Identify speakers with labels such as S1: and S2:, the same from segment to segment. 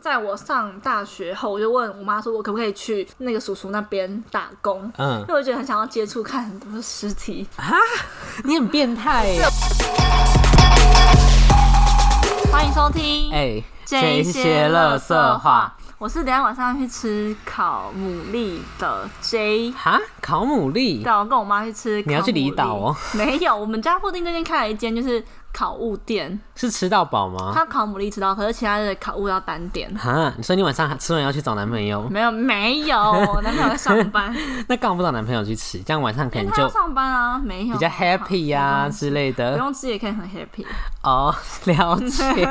S1: 在我上大学后，我就问我妈说，我可不可以去那个叔叔那边打工？
S2: 嗯
S1: 因为我觉得很想要接触看很多尸体。
S2: 啊，你很变态耶
S1: 欢迎收听
S2: 哎！
S1: 这
S2: 些
S1: 垃
S2: 垃
S1: 圾
S2: 圾话，
S1: 我是等一下晚上要去吃烤牡蛎的 J。
S2: 哈，烤牡蛎
S1: 对，我跟我妈去吃。
S2: 你要去离岛哦？
S1: 没有，我们家附近最近开了一间就是烤物店，
S2: 是吃到饱吗？
S1: 它烤牡蛎吃到，可是其他的烤物要单点。
S2: 哈，所以你晚上吃完要去找男朋友，
S1: 没有没有， 我男朋友在上班，
S2: 那干嘛不找男朋友去吃？这样晚上可
S1: 因为
S2: 能
S1: 他要
S2: 就
S1: 上班啊，没有
S2: 比较 happy 呀、
S1: 嗯
S2: 之类
S1: 不
S2: 的。
S1: 用吃也可以很 happy。
S2: 哦， 了解，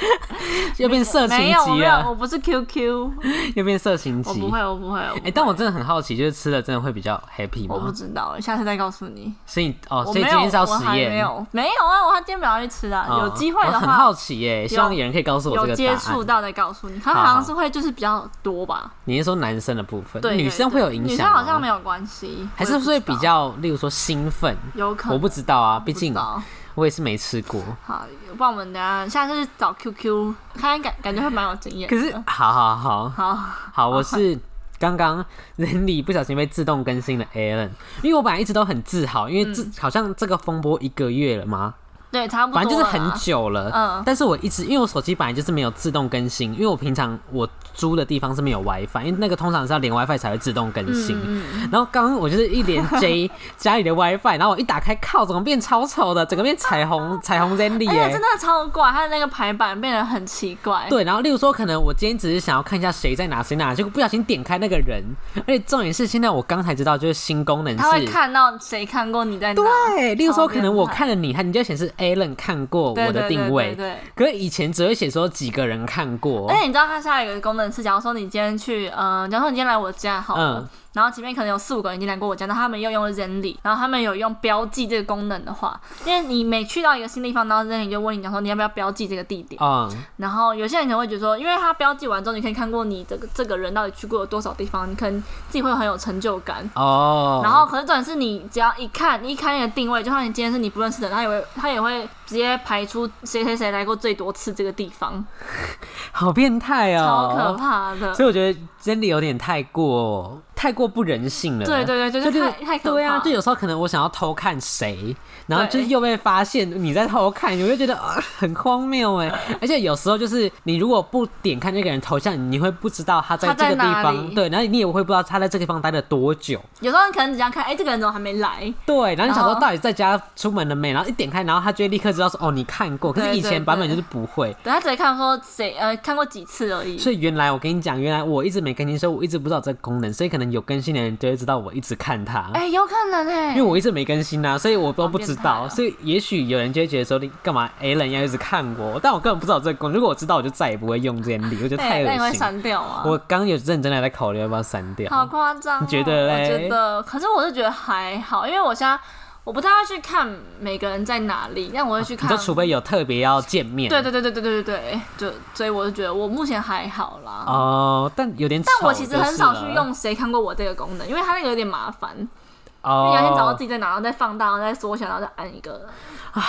S2: 又变色情啊
S1: 没有，我
S2: 集
S1: 没有，
S2: 了，
S1: 我不是 QQ，
S2: 又变色情
S1: 我
S2: 集
S1: 不。会，我不会。我不
S2: 哎、
S1: 会
S2: 但我真的很好奇，就是吃了真的会比较 happy
S1: 我不
S2: 吗？
S1: 知道，下次再告诉你。
S2: 所以哦，
S1: 我
S2: 所以
S1: 没
S2: 今
S1: 有，
S2: 天是要
S1: 我
S2: 实
S1: 还没
S2: 验。
S1: 有，没有啊，我还今天不要去吃的，有
S2: 哦
S1: 机会
S2: 我
S1: 的
S2: 很好
S1: 话。
S2: 奇耶，希望有人可以告诉我
S1: 有
S2: 这个答
S1: 接触
S2: 案。
S1: 到再告诉你，他们
S2: 好
S1: 好像
S2: 好
S1: 是会就是比较多吧，
S2: 你是说男生的部分，
S1: 对，
S2: 女
S1: 对
S2: 生会有
S1: 对
S2: 影响？
S1: 女生好像没，有关系，
S2: 还
S1: 我
S2: 是
S1: 也不
S2: 会
S1: 知道
S2: 比较，例如说兴奋，
S1: 有可能，
S2: 我不知道啊，
S1: 不
S2: 毕竟
S1: 知道
S2: 我也是没吃过。
S1: 好，不然我们等下下次找 QQ，他感感觉会蛮有经验的。
S2: 可是，好好好
S1: 好，
S2: 好，我是刚刚 人里不小心被自动更新了 Alan，因为我本来一直都很自豪，因为
S1: 嗯
S2: 这、好像这个风波一个月了吗？
S1: 对，差不多
S2: 反
S1: 啦，
S2: 正就是很久了。
S1: 嗯
S2: 但是我一直因为我手机本来就是没有自动更新，因为我平常我租的地方是没有 WiFi，因为那个通常是要连 WiFi 才会自动更新。
S1: 嗯
S2: 然后刚刚我就是 一连 J 家里的 WiFi，然后我一打开，靠，怎么变超丑的，整个变 彩虹彩虹 Zen 里
S1: 而且
S2: 耶
S1: 哎真。的超怪，它的那个排版变得很奇怪。，
S2: 对，然后例如说，可能我今天只是想要看一下谁在哪谁哪，结果不小心点开那个人，而且重点是现在我刚才知道，就是新功能
S1: 他会
S2: 是。
S1: 看到谁看过你在哪。
S2: 对，啊例如说，
S1: 超
S2: 可能我
S1: 变态
S2: 看了你，它你就显示 Alan 看过
S1: 对
S2: 我的定位
S1: 对对，对对
S2: 可是以前只会写说几个人看过
S1: 哎而，且你知道它下一个功能是，假如说你今天去，嗯、假如说你今天来我家好了，
S2: 嗯
S1: 然后前面可能有四五个人已经来过我家，那他们又用 Zenly，然后他们有用标记这个功能的话，因为你每去到一个新地方，然后 Zenly 就问你讲说你要不要标记这个地点，
S2: 嗯，
S1: 然后有些人可能会觉得说，因为他标记完之后，你可以看过你这个这个人到底去过了多少地方，你可能自己会很有成就感。
S2: 哦，
S1: 然后，可是重点是你只要一看，你一看那个定位，就算你今天是你不认识的人，他也会他也会直接排出谁谁谁来过最多次这个地方，
S2: 好变态
S1: 超可
S2: 哦，
S1: 怕的。
S2: 所以我觉得真的有点太过太过不人性了，
S1: 对对对，就是
S2: 就
S1: 太
S2: 是
S1: 太可怕。
S2: 对啊，就有时候可能我想要偷看谁，然后
S1: 对
S2: 就是又被发现你在偷看，我就觉得啊、很荒谬哎。而且有时候就是你如果不点看这个人头像，你会不知道他在
S1: 他在
S2: 这个地
S1: 哪
S2: 方，
S1: 里
S2: 对，然后你也会不知道他在这个地方待了多久，
S1: 有时候你可能只想看，哎、这个人怎么还没来？
S2: 对，然后你想
S1: 然
S2: 说
S1: 后
S2: 到底在家出门了没，然后一点开，然后他就会立刻知道说哦你看过，可是
S1: 对
S2: 以
S1: 对
S2: 前版本
S1: 对
S2: 就是不会。
S1: 等他只看说谁呃看过几次而已。
S2: 所以原来我跟你讲，原来我一直没更新，所以我一直不知道这个功能，所以可能有更新的人就会知道我一直看它。
S1: 哎、有可能哎、
S2: 因为我一直没更新啊，所以我都不
S1: 好
S2: 知
S1: 变态
S2: 道，
S1: 哦
S2: 所以也许有人就会觉得说，你干嘛 A 人要一直看我？但我根本不知道这个功能，如果我知道，我就再也不会用这件礼，我觉得
S1: 哎
S2: 太
S1: 那你
S2: 恶
S1: 会
S2: 心。
S1: 删掉吗？
S2: 我刚有认真的在考虑要不要删掉。
S1: 好夸张、哦，
S2: 你觉得嘞
S1: 我觉得，可是我是觉得还好，因为我现在我不太会去看每个人在哪里，但我会去
S2: 你
S1: 看。
S2: 说除非有特别要见面，
S1: 对对对对对对对对，就所以我就觉得我目前还好啦。
S2: 哦，但有点丑就是
S1: 但
S2: 了。
S1: 我其实很少去用谁看过我这个功能，因为它那个有点麻烦，因为
S2: 哦，
S1: 你要先找到自己在哪，然后再放大，然后再缩小，然后再按一个。而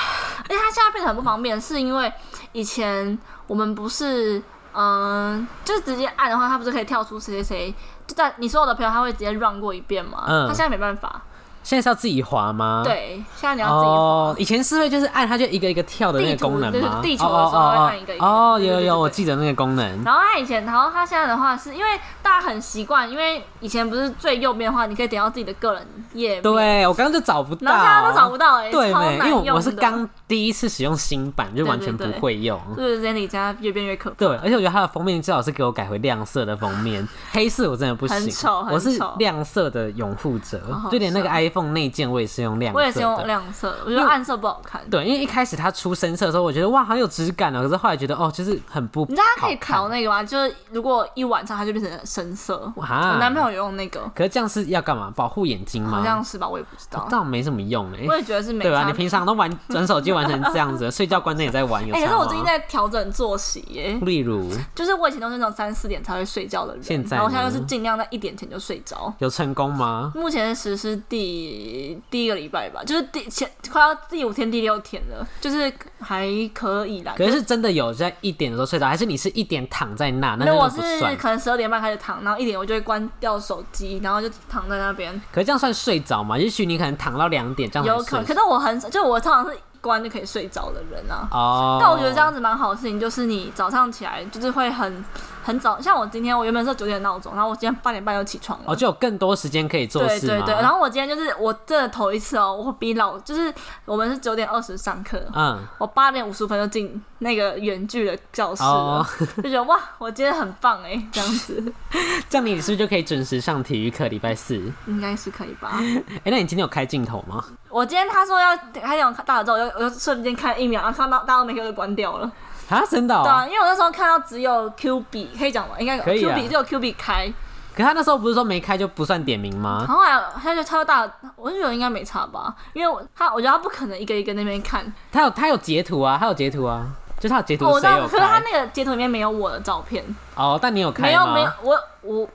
S1: 且它现在变得很不方便，是因为以前我们不是，嗯，就是直接按的话，它不是可以跳出谁谁谁，就在你所有的朋友，它会直接 run 过一遍嘛？
S2: 嗯
S1: 它现在没办法，
S2: 现在是要自己滑吗？。
S1: 对，现在你要自己滑。
S2: 哦，以前是会就是按它就一个一个跳的那
S1: 地
S2: 个
S1: 图
S2: 功能
S1: 对
S2: 吗？
S1: 地球的时候
S2: 哦
S1: 会
S2: 哦哦
S1: 按一个一个
S2: 哦，
S1: 对对
S2: 有有
S1: 对对
S2: 有，我
S1: 对
S2: 记得那个功能。
S1: 然后他以前，然后他现在的话是，因为大家很习惯，因为以前不是最右边的话，你可以点到自己的个人页面，，
S2: 对，我刚刚就找不到，
S1: 然后大家都找不到哎、欸，
S2: 对
S1: 超
S2: 没，
S1: 难
S2: 因为我
S1: 用
S2: 是
S1: 的
S2: 刚第一次使用新版，就完全不会用。
S1: 是不是 Zenny 家越变越可怕？
S2: 对，而且我觉得它的封面最好是给我改回亮色的封面，黑色我真的不行。
S1: 很丑很
S2: 我是
S1: 丑
S2: 亮色的拥护者
S1: 好好，
S2: 就连那个
S1: 笑
S2: iPhone 内件我也是用亮色
S1: 我
S2: 的。
S1: 也是用亮色，我觉得暗色不好看。
S2: 对，因为一开始它出深色的时候，我觉得哇好有质感哦、可是后来觉得哦，就是很不，
S1: 你知道它可以调那个吗？就是如果一晚上它就变成深色。
S2: 哇
S1: 我男朋友有用那个，
S2: 啊可是这样是要干嘛？保护眼睛吗？
S1: 好像是吧，我也不知道，
S2: 这样没什么用哎、
S1: 我也觉得是没
S2: 对吧？
S1: 差
S2: 你。平常都玩转手机玩成这样子了，睡觉关灯也在玩，有
S1: 哎、
S2: 差
S1: 可是
S2: 吗
S1: 我最近，在调整作息耶，
S2: 例如
S1: 就是我以前都是那种三四点才会睡觉的人，
S2: 现在
S1: 然后我现在就
S2: 呢
S1: 是尽量在一点前就睡着。
S2: 有成功吗？
S1: 目前实施第第一个礼拜吧，就是第前快要第五天、第六天了，就是还可以啦。
S2: 可是是真的有在一点的时候睡着，还是你是一点躺在那？
S1: 那
S2: 那那
S1: 我
S2: 种
S1: 是
S2: 不算。
S1: 可能十二点半开始躺，然后一点我就会关掉手机，然后就躺在那边。
S2: 可是这样算睡着吗？也许你可能躺到两点这样才
S1: 有可能，
S2: 睡
S1: 可是我很少，就我通常是一关就可以睡着的人啊。
S2: 哦。
S1: 但我觉得这样子蛮好的事情，就是你早上起来就是会很很早，像我今天我原本是九点闹钟，然后我今天八点半就起床了。
S2: 哦，就有更多时间可以做
S1: 对
S2: 事
S1: 对
S2: 吗？
S1: 对，然后我今天就是我真的头一次哦，我比老就是我们是九点二十上课，
S2: 嗯，
S1: 我八点五十分就进那个远距的教室了，
S2: 哦，
S1: 就觉得哇，我今天很棒哎，这样子
S2: 这样你是不是就可以准时上体育课？礼拜四，
S1: 应该是可以吧？
S2: 哎、那你今天有开镜头吗？
S1: 我今天他说要开讲大合照，我就我就瞬间看了一秒，然后看到大家都没课就关掉了。
S2: 啊，真的、哦？
S1: 对啊，因为我那时候看到只有 Q 比可以讲吧，应该有
S2: 可以
S1: Q
S2: 啊
S1: 比只有 Q 比开，
S2: 可他那时候不是说没开就不算点名吗
S1: 然？后后来他就超大，我就觉得应该没差吧，因为我他我觉得他不可能一个一个那边看，
S2: 他有他有截图啊，他有截图啊，就他有截图
S1: 哦我知
S2: 谁
S1: 道，
S2: 有
S1: 可是他
S2: 开？
S1: 那个截图里面没有我的照片，
S2: 哦，但你有开吗？
S1: 没有没有，我我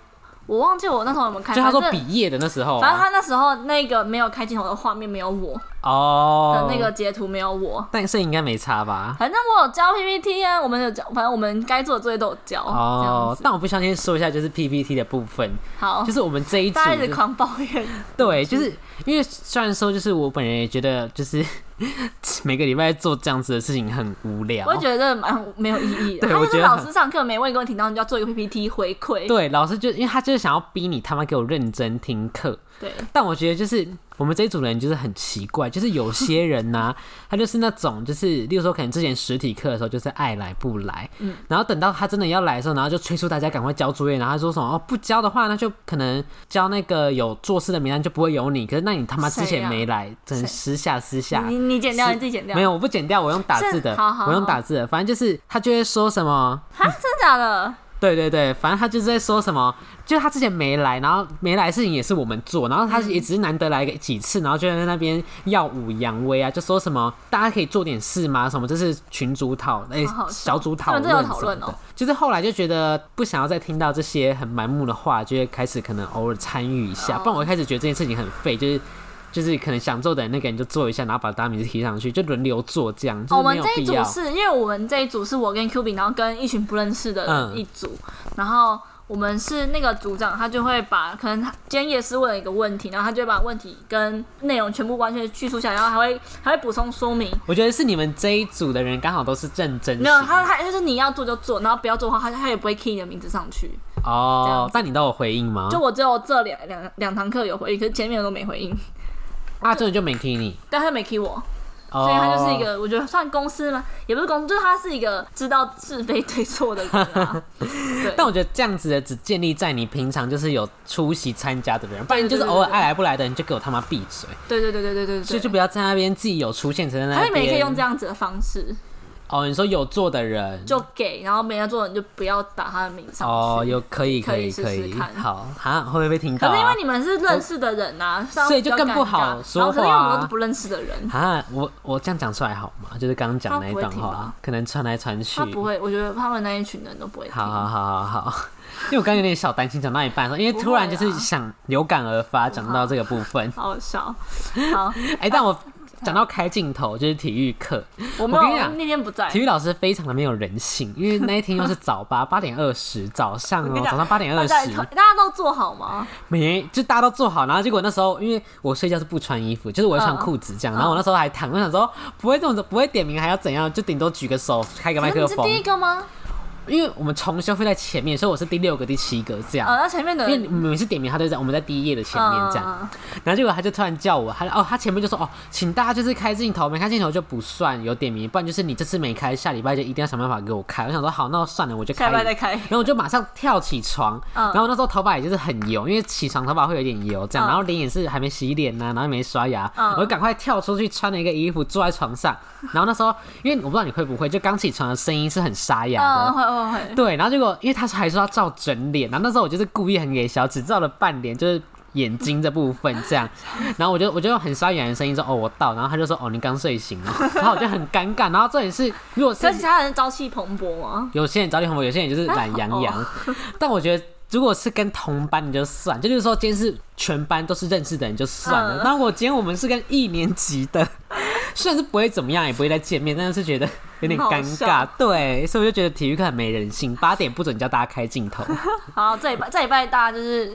S1: 我忘记我那时候有没有看，
S2: 就他说
S1: 反正
S2: 毕业的那时候、
S1: 反正
S2: 啊，
S1: 他那时候那个没有开镜头的画面没有我
S2: 哦
S1: 的那个，截图没有我，
S2: 但摄影应该没差吧？
S1: 反正我有交 PPT 啊，我们有交，反正我们该做的作业都有交，这样
S2: 哦，
S1: 子。
S2: 但我不相信说一下就是 PPT 的部分，
S1: 好
S2: 就，是我们这一组
S1: 大家一
S2: 就
S1: 直狂嗯抱怨，
S2: 对，就是因为虽然说就是我本人也觉得就是每个礼拜做这样子的事情很无聊
S1: 我，也觉得蛮没有意义的。
S2: 对
S1: 他
S2: 我
S1: 就
S2: 觉
S1: 是
S2: 得
S1: 老
S2: 很
S1: 师上课没问一个问题，然后你就要做一个 PPT 回馈。
S2: 对，老师就因为他就是想要逼你他妈给我认真听课，
S1: 对，
S2: 但我觉得就是我们这一组人就是很奇怪，就是有些 人呐、他就是那种就是，例如说可能之前实体课的时候就是爱来不来，
S1: 嗯
S2: 然后等到他真的要来的时候，然后就催促大家赶快交作业，然后他说什么哦不交的话，那就可能交那个有做事的名单就不会有你，可是那你他妈之
S1: 谁
S2: 前
S1: 啊
S2: 没来，真私下私下。
S1: 你你剪掉，
S2: 是
S1: 你自己剪掉。
S2: 没有，我不剪掉，我用打字的，
S1: 是好好
S2: 我用
S1: 好
S2: 打字的，反正就是他就会说什么，
S1: 哈，真的假的？
S2: 对对对，反正他就是在说什么，就是他之前没来，然后没来的事情也是我们做，然后他也只是难得来个几次，然后就在那边耀武扬威啊，就说什么大家可以做点事吗？什么这是群主讨哎、
S1: 好好笑
S2: 小组讨
S1: 他
S2: 论
S1: 们真
S2: 什
S1: 的有
S2: 么
S1: 讨论
S2: 的
S1: 哦
S2: 就是后来就觉得不想要再听到这些很盲目的话，就会开始可能偶尔参与一下，
S1: 哦
S2: 不然我一开始觉得这件事情很废，就是。就是可能想做的那个人就做一下，然后把大家名字提上去，就轮流做这 样，就
S1: 哦我
S2: 是没
S1: 们
S2: 有
S1: 这
S2: 必
S1: 一组
S2: 要。
S1: 是因为我们这一组是我跟 Q B，然后跟一群不认识的
S2: 嗯
S1: 人一组，然后我们是那个组长，他就会把可能他今天夜市问了一个问题，然后他就会把问题跟内容全部完全叙述下来，然后还会还会补充说明。
S2: 我觉得是你们这一组的人刚好都是认真型。
S1: 没有，他他就是你要做就做，然后不要做的话，他他也不会 key 你的名字上去。这样
S2: 哦
S1: 子，
S2: 但你都有回应吗？
S1: 就我只有这两两两堂课有回应，可是前面的都没回应，
S2: 啊，真的就没听你，
S1: 但他没 key 我，
S2: 哦、
S1: 所以他就是一个、我觉得算公司吗？也不是公司，就是他是一个知道是非对错的人 啊。对，
S2: 但我觉得这样子的只建立在你平常就是有出席参加的人，不然
S1: 对
S2: 就是
S1: 对
S2: 偶尔
S1: 对
S2: 爱来不来的人就给我他妈闭嘴，
S1: 对对对对对对对，
S2: 所以就不要在那边自己有出现才在那
S1: 他
S2: 边。
S1: 们也可以用这样子的方式，
S2: 哦，你说有做的人
S1: 就给，然后没人做的你就不要打他的名上去。
S2: 哦，有可以
S1: 可以
S2: 以
S1: 试
S2: 可
S1: 试
S2: 以，
S1: 看
S2: 好啊，会不会被听到、
S1: 可
S2: 啊？
S1: 是因为你们是认识的人啊，这样
S2: 所以就
S1: 比较
S2: 更不
S1: 尴
S2: 好
S1: 尬
S2: 说
S1: 然后可能因为我们
S2: 话
S1: 都
S2: 啊
S1: 是不认识的人，
S2: 啊，我我这样讲出来好吗？就是刚刚讲那一段
S1: 他不会听
S2: 话
S1: 吧，
S2: 可能传来传去
S1: 他。不会，我觉得他们那一群人都不会听。
S2: 好啊好好好好， 因为我刚刚有点小担心，讲到一半的时候，因为突然就是
S1: 不会啊
S2: 想有感而发，讲到这个部分。
S1: 好好笑，好，
S2: 哎、但我讲到开镜头就是体育课，
S1: 我没
S2: 我跟你
S1: 有
S2: 讲
S1: 那天不在，
S2: 体育老师非常的没有人性，因为那一天又是早八，八点二十早上
S1: 我
S2: 哦、
S1: 跟你
S2: 早
S1: 讲
S2: 上八点二
S1: 大家
S2: 十，
S1: 大家都做好吗？
S2: 没就大家都做好，然后结果那时候因为我睡觉是不穿衣服，就是我会
S1: 嗯
S2: 穿裤子这样，然后我那时候还躺，我想说不会这么不会点名还要怎样，就顶多举个手开个麦
S1: 可是
S2: 克
S1: 你是
S2: 风
S1: 第，一个吗？
S2: 因为我们重修会在前面，所以我是第六个第七个这样。
S1: 啊，那前面的
S2: 因为
S1: 人
S2: 你每次点名，他都在我们在第一页的前面这样，
S1: 嗯
S2: 然后结果他就突然叫我，他哦，他前面就说哦，请大家就是开镜头，没开镜头就不算有点名，不然就是你这次没开，下礼拜就一定要想办法给我开。我想说好，那算了，我就
S1: 下
S2: 开
S1: 礼。拜再开。
S2: 然后我就马上跳起床，
S1: 嗯
S2: 然后那时候头发也就是很油，因为起床头发会有点油这样，
S1: 嗯
S2: 然后脸也是还没洗脸啊呐、然后也没刷牙，
S1: 嗯
S2: 我就赶快跳出去穿了一个衣服坐在床上，然后那时候因为我不知道你会不会，就刚起床的声音是很沙哑的，
S1: 嗯，会会会。
S2: 对，然后结果因为他还说要照整脸，然后那时候我就是故意很给小，只照了半脸，就是眼睛这部分这样，然后我就我就很沙哑的声音说哦我到，然后他就说哦你刚睡醒哦，然后我就很尴尬，然后重点是如果是
S1: 可是其他人朝气蓬勃吗？
S2: 有些人早点很勃，有些
S1: 啊
S2: 人就是懒洋
S1: 哦
S2: 洋。 但我觉得，如果是跟同班你就算，就是说今天是全班都是认识的人就算
S1: 嗯
S2: 了。那、我今天我们是跟一年级的， 虽然是不会怎么样，也不会再见面，但是觉得有点尴
S1: 很好
S2: 尬。对，所以我就觉得体育课很没人性，八点不准叫大家开 镜头，
S1: 好，这礼拜这礼拜大家就是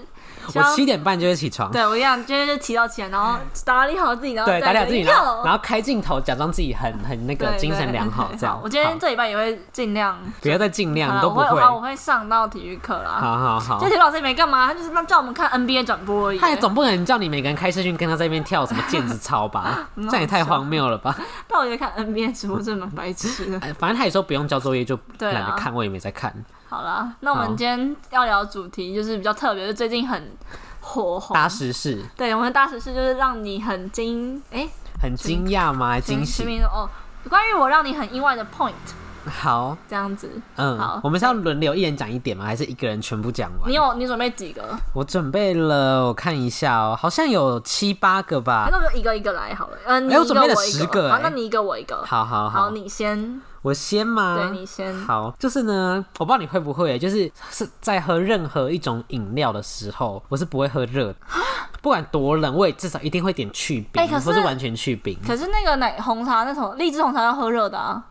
S1: 希
S2: 我
S1: 望，
S2: 七点半就会起床。
S1: 对我一样，今天就提早起来，然后打理好自己，然后
S2: 对，
S1: 再
S2: 打理好自己，然后
S1: 哟
S2: 然后开镜头，假装自己很很那个
S1: 对
S2: 精神
S1: 对
S2: 良好
S1: 对
S2: 这样
S1: 好。我今天
S2: 好
S1: 这礼拜也会尽量，
S2: 不要再尽量，
S1: 好啦
S2: 你都
S1: 我
S2: 不会。
S1: 好，我会上到体育课啦。
S2: 好好好
S1: 这。体育老师也没干嘛，他就是让叫我们看 NBA 转播而已。
S2: 他也总不能叫你每个人开视讯跟他在那边跳什么毽子操 吧？这样也太荒谬了吧！
S1: 但我觉得看 NBA 直播真的蛮白痴 的。
S2: 哎反正他也说不用交作业就
S1: 对啊
S2: 懒得看，我也没在看。
S1: 好啦，那我
S2: 好
S1: 们今天要聊的主题就是比较特别，就是最近很火红。
S2: 搭时事
S1: 对，我们的大实事就是让你很惊，哎、
S2: 很惊讶吗？惊
S1: 全
S2: 喜？
S1: 民哦，关于我让你很意外的 point
S2: 好，
S1: 这样子，
S2: 嗯
S1: 好，
S2: 我们是要轮流一人讲一点吗？还是一个人全部讲完
S1: 你？有你准备几个？
S2: 我准备了，我看一下哦，好像有七八个吧
S1: 哎。那我就一个一个来好了。嗯、你一
S2: 哎
S1: 个
S2: 我准备了
S1: 一
S2: 10个
S1: 好，
S2: 哎
S1: 那你一个我一个。
S2: 好好
S1: 好，嗯
S2: 好，
S1: 你先，
S2: 我先吗？
S1: 对你先。
S2: 好，就是呢，我不知道你会不会，就是是在喝任何一种饮料的时候，我是不会喝热 的，不管多冷，我也至少一定会点去冰，
S1: 哎可是
S2: 或是完全去冰。
S1: 可是那个奶红茶那种荔枝红茶要喝热的啊，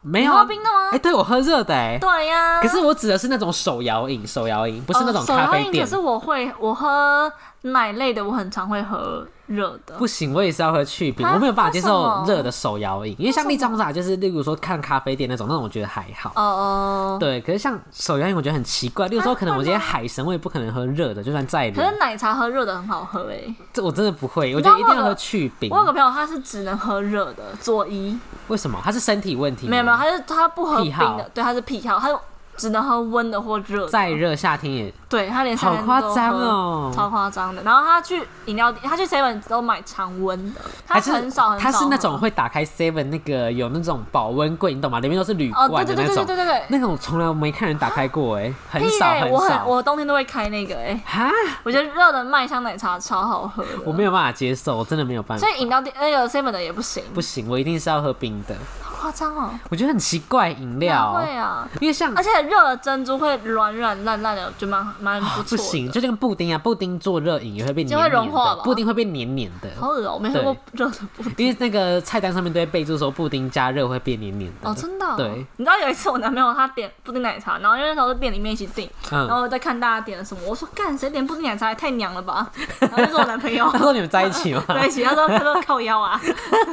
S2: 没
S1: 你
S2: 有
S1: 喝
S2: 啊
S1: 冰的吗？
S2: 哎、对我喝热的哎、
S1: 对呀、
S2: 可是我指的是那种手摇饮，手摇饮不是那种
S1: 哦
S2: 咖
S1: 手摇
S2: 啡
S1: 饮
S2: 店
S1: 可是。我会，我喝奶类的，我很常会喝热的。
S2: 不行，我也是要喝去冰，
S1: 啊
S2: 我没有办法接
S1: 为什
S2: 受
S1: 么
S2: 热的手摇饮，因为像
S1: 为
S2: 蜜
S1: 什么
S2: 藏茶就是，例如说看咖啡店那种，那种我觉得还好。
S1: 哦啊哦，
S2: 对，可是像手摇饮，我觉得很奇怪。例如说，可能我今天海神，我也不可能喝热的，就算再
S1: 可
S2: 冷
S1: 是，奶茶喝热的很好喝诶、
S2: 这我真的不会，我
S1: 知
S2: 觉
S1: 道
S2: 得一定
S1: 我
S2: 要
S1: 有
S2: 喝去冰。
S1: 我有个朋友，他是只能喝热的，佐伊
S2: 为什么？他是身体问题吗？
S1: 没有没有，他是他不喝
S2: 嗯癖
S1: 冰
S2: 好
S1: 的，对，他是癖好，他只能喝温的或热的。
S2: 再热夏天也
S1: 对他连夏天
S2: 好
S1: 都
S2: 夸
S1: 喝
S2: 张哦
S1: 超夸张的。然后他去饮料店，他去 seven 都买常温的，他
S2: 还是
S1: 很少很嗯少
S2: 他
S1: 喝。
S2: 是那种会打开 Seven 那个有那种保温柜，你懂吗？里面都是铝
S1: 哦，对
S2: 罐的
S1: 对
S2: 那
S1: 对对对，
S2: 种
S1: 对对，
S2: 那种从来没看人打开 过哎，很
S1: 屁
S2: 少
S1: 嘞我
S2: 少。
S1: 我冬天都会开那个哎、
S2: 哈，
S1: 我觉得热的麦香奶茶超好喝的。
S2: 我没有办法接受，我真的没有办法
S1: 所。以饮料店那个 seven 的也不行，
S2: 不行，我一定是要喝冰的。
S1: 好夸张哦，
S2: 我觉得很奇怪，饮
S1: 哪
S2: 料哦
S1: 会，啊？
S2: 因为像
S1: 而且热的珍珠会软软烂烂的，就蛮蛮不错的。
S2: 不行，就这个布丁啊，布丁做热饮也会变黏
S1: 就会融
S2: 黏
S1: 化
S2: 的，
S1: 吧
S2: 布丁会变黏黏的，
S1: 好恶哦、我没喝过热的布丁。
S2: 因为那个菜单上面都会备注说布丁加热会变黏黏的。
S1: 哦，真的哦、
S2: 对
S1: 你知道有一次我男朋友他点布丁奶茶，然后因为那时候是店里面一起订，然
S2: 嗯，
S1: 后我在看大家点了什么，我说干谁点布丁奶茶也太娘了吧， 然后就说我男朋友
S2: 他说你们在一起吗？
S1: 在一起，他说他说靠腰啊，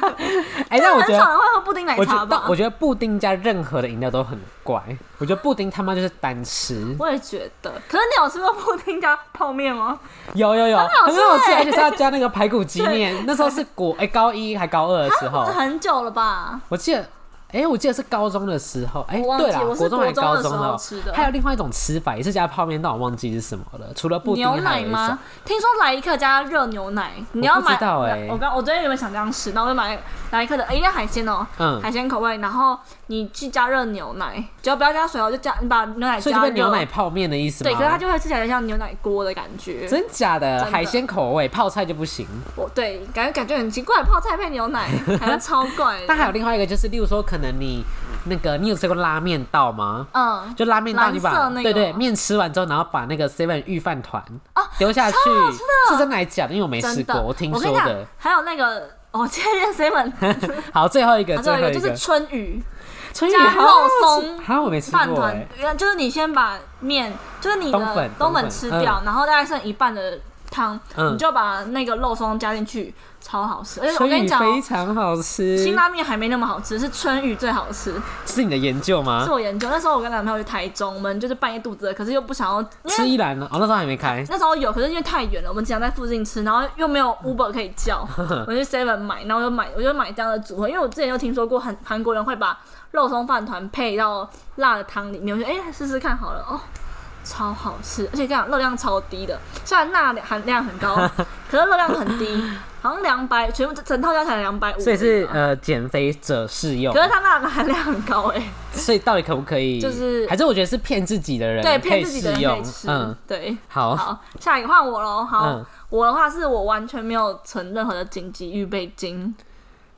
S2: 哎，但我觉
S1: 很
S2: 得
S1: 少人会喝布丁奶
S2: 我觉
S1: 茶
S2: 得
S1: 吧，
S2: 我觉得布丁加任何的饮料都很怪。我觉得布丁他妈就是单吃，
S1: 我也觉得，可是你有吃过布丁加泡面吗？
S2: 有有有，很
S1: 好吃
S2: 好吃，
S1: 欸
S2: 而且是要加那个排骨鸡 面。那时候是国哎、高一还高二的时候，
S1: 很久了吧？
S2: 我记得哎、我记得是高中的时候，哎、
S1: 我忘记
S2: 对啦，
S1: 我是
S2: 国中还
S1: 国中
S2: 高
S1: 的时
S2: 中
S1: 候
S2: 哦
S1: 吃的
S2: 还有另外一种吃法也是加泡面，但我忘记是什么了。除了布丁，
S1: 牛
S2: 还
S1: 奶
S2: 有一种
S1: 吗？听说来一克加热牛奶，你要
S2: 不知
S1: 买？
S2: 道欸
S1: 我刚我昨天原本想这样吃，然后我就买来一克的，欸一定要海鲜哦、
S2: 嗯
S1: 海鲜口味。然后你去加热牛奶，只要不要加水哦，就加你把牛奶
S2: 所以就
S1: 加热
S2: 变，牛奶泡面的意思吗？
S1: 对，可是它就会吃起来像牛奶锅的感觉。
S2: 真假的
S1: 的
S2: 海鲜口味泡菜就不行。
S1: 我对感觉感觉很奇怪，泡菜配牛 奶，好像超怪的。
S2: 但还有另外一个就是，例如说可能你那个你有吃过拉面道吗？
S1: 嗯，
S2: 就拉面大，你把
S1: 蓝色那个
S2: 对对面吃完之后，然后把那个 seven 预饭团
S1: 啊
S2: 丢下去
S1: 超好吃，的
S2: 是真的还是假的？因为我没吃
S1: 真
S2: 过，
S1: 的，
S2: 我听
S1: 跟
S2: 说
S1: 你讲
S2: 的。
S1: 还有那个。我今天 seven，
S2: 好， 最后一个，
S1: 还
S2: 最
S1: 有一
S2: 后
S1: 个
S2: 一
S1: 就是
S2: 个，
S1: 春雨，
S2: 春雨
S1: 加
S2: 好
S1: 肉
S2: 好吃
S1: 松
S2: 哈，我没吃
S1: 饭
S2: 过
S1: 团
S2: 哎，，
S1: 就是你先把面，就是你
S2: 冬
S1: 的
S2: 粉
S1: 冬
S2: 冬
S1: 粉
S2: 粉
S1: 吃掉，然后大概剩一半的汤，
S2: 嗯
S1: 你就把那个肉松加进去，超好吃。而且我
S2: 春
S1: 跟你
S2: 雨
S1: 讲哦、
S2: 非常好吃，
S1: 辛拉面还没那么好吃，是春雨最好吃。
S2: 是你的研究吗
S1: 是？我研究那时候我跟男朋友去台中，我们就是半夜肚子饿，可是又不想要，因
S2: 吃
S1: 为
S2: 一兰呢？哦，那时候还没开，
S1: 那时候有，可是因为太远了，我们只想在附近吃，然后又没有 Uber 可以叫，我就去 Seven 买，然后就买，我就买这样的组合，因为我之前就听说过很韩国人会把肉松饭团配到辣的汤里面，我觉得哎试试看好了哦，超好吃，而且这样热量超低的，虽然钠含量很高，可是热量很低，好像两百，全部整套加起来两百五，
S2: 所以是呃减肥者适用
S1: 可。是它那个含量很高哎、
S2: 所以到底可不可以？
S1: 就是
S2: 还是我觉得是骗自己的人
S1: 对，
S2: 可以
S1: 骗自己的
S2: 适
S1: 人可
S2: 用
S1: 以。吃，
S2: 嗯，
S1: 对。
S2: 好，
S1: 好，下一个换我喽。好，
S2: 嗯
S1: 我的话是我完全没有存任何的紧急预备金，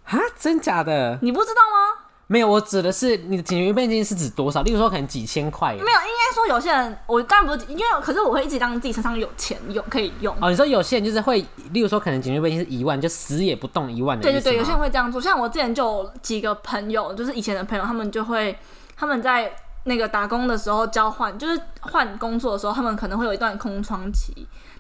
S2: 啊，真假的？
S1: 你不知道吗？
S2: 没有，我指的是你的紧急预备金是指多少？例如说可能几千块耶。
S1: 没有，应该说有些人，我当然不是，因为可是我会一直让自己身上有钱用可以用。
S2: 哦，你说有些人就是会，例如说可能紧急预备金是一万，就死也不动一万的
S1: 对
S2: 意
S1: 对
S2: 思
S1: 对，有些人
S2: 吗
S1: 会这样做。像我之前就有几个朋友，就是以前的朋友，他们就会他们在那个打工的时候交换，就是换工作的时候，他们可能会有一段空窗期。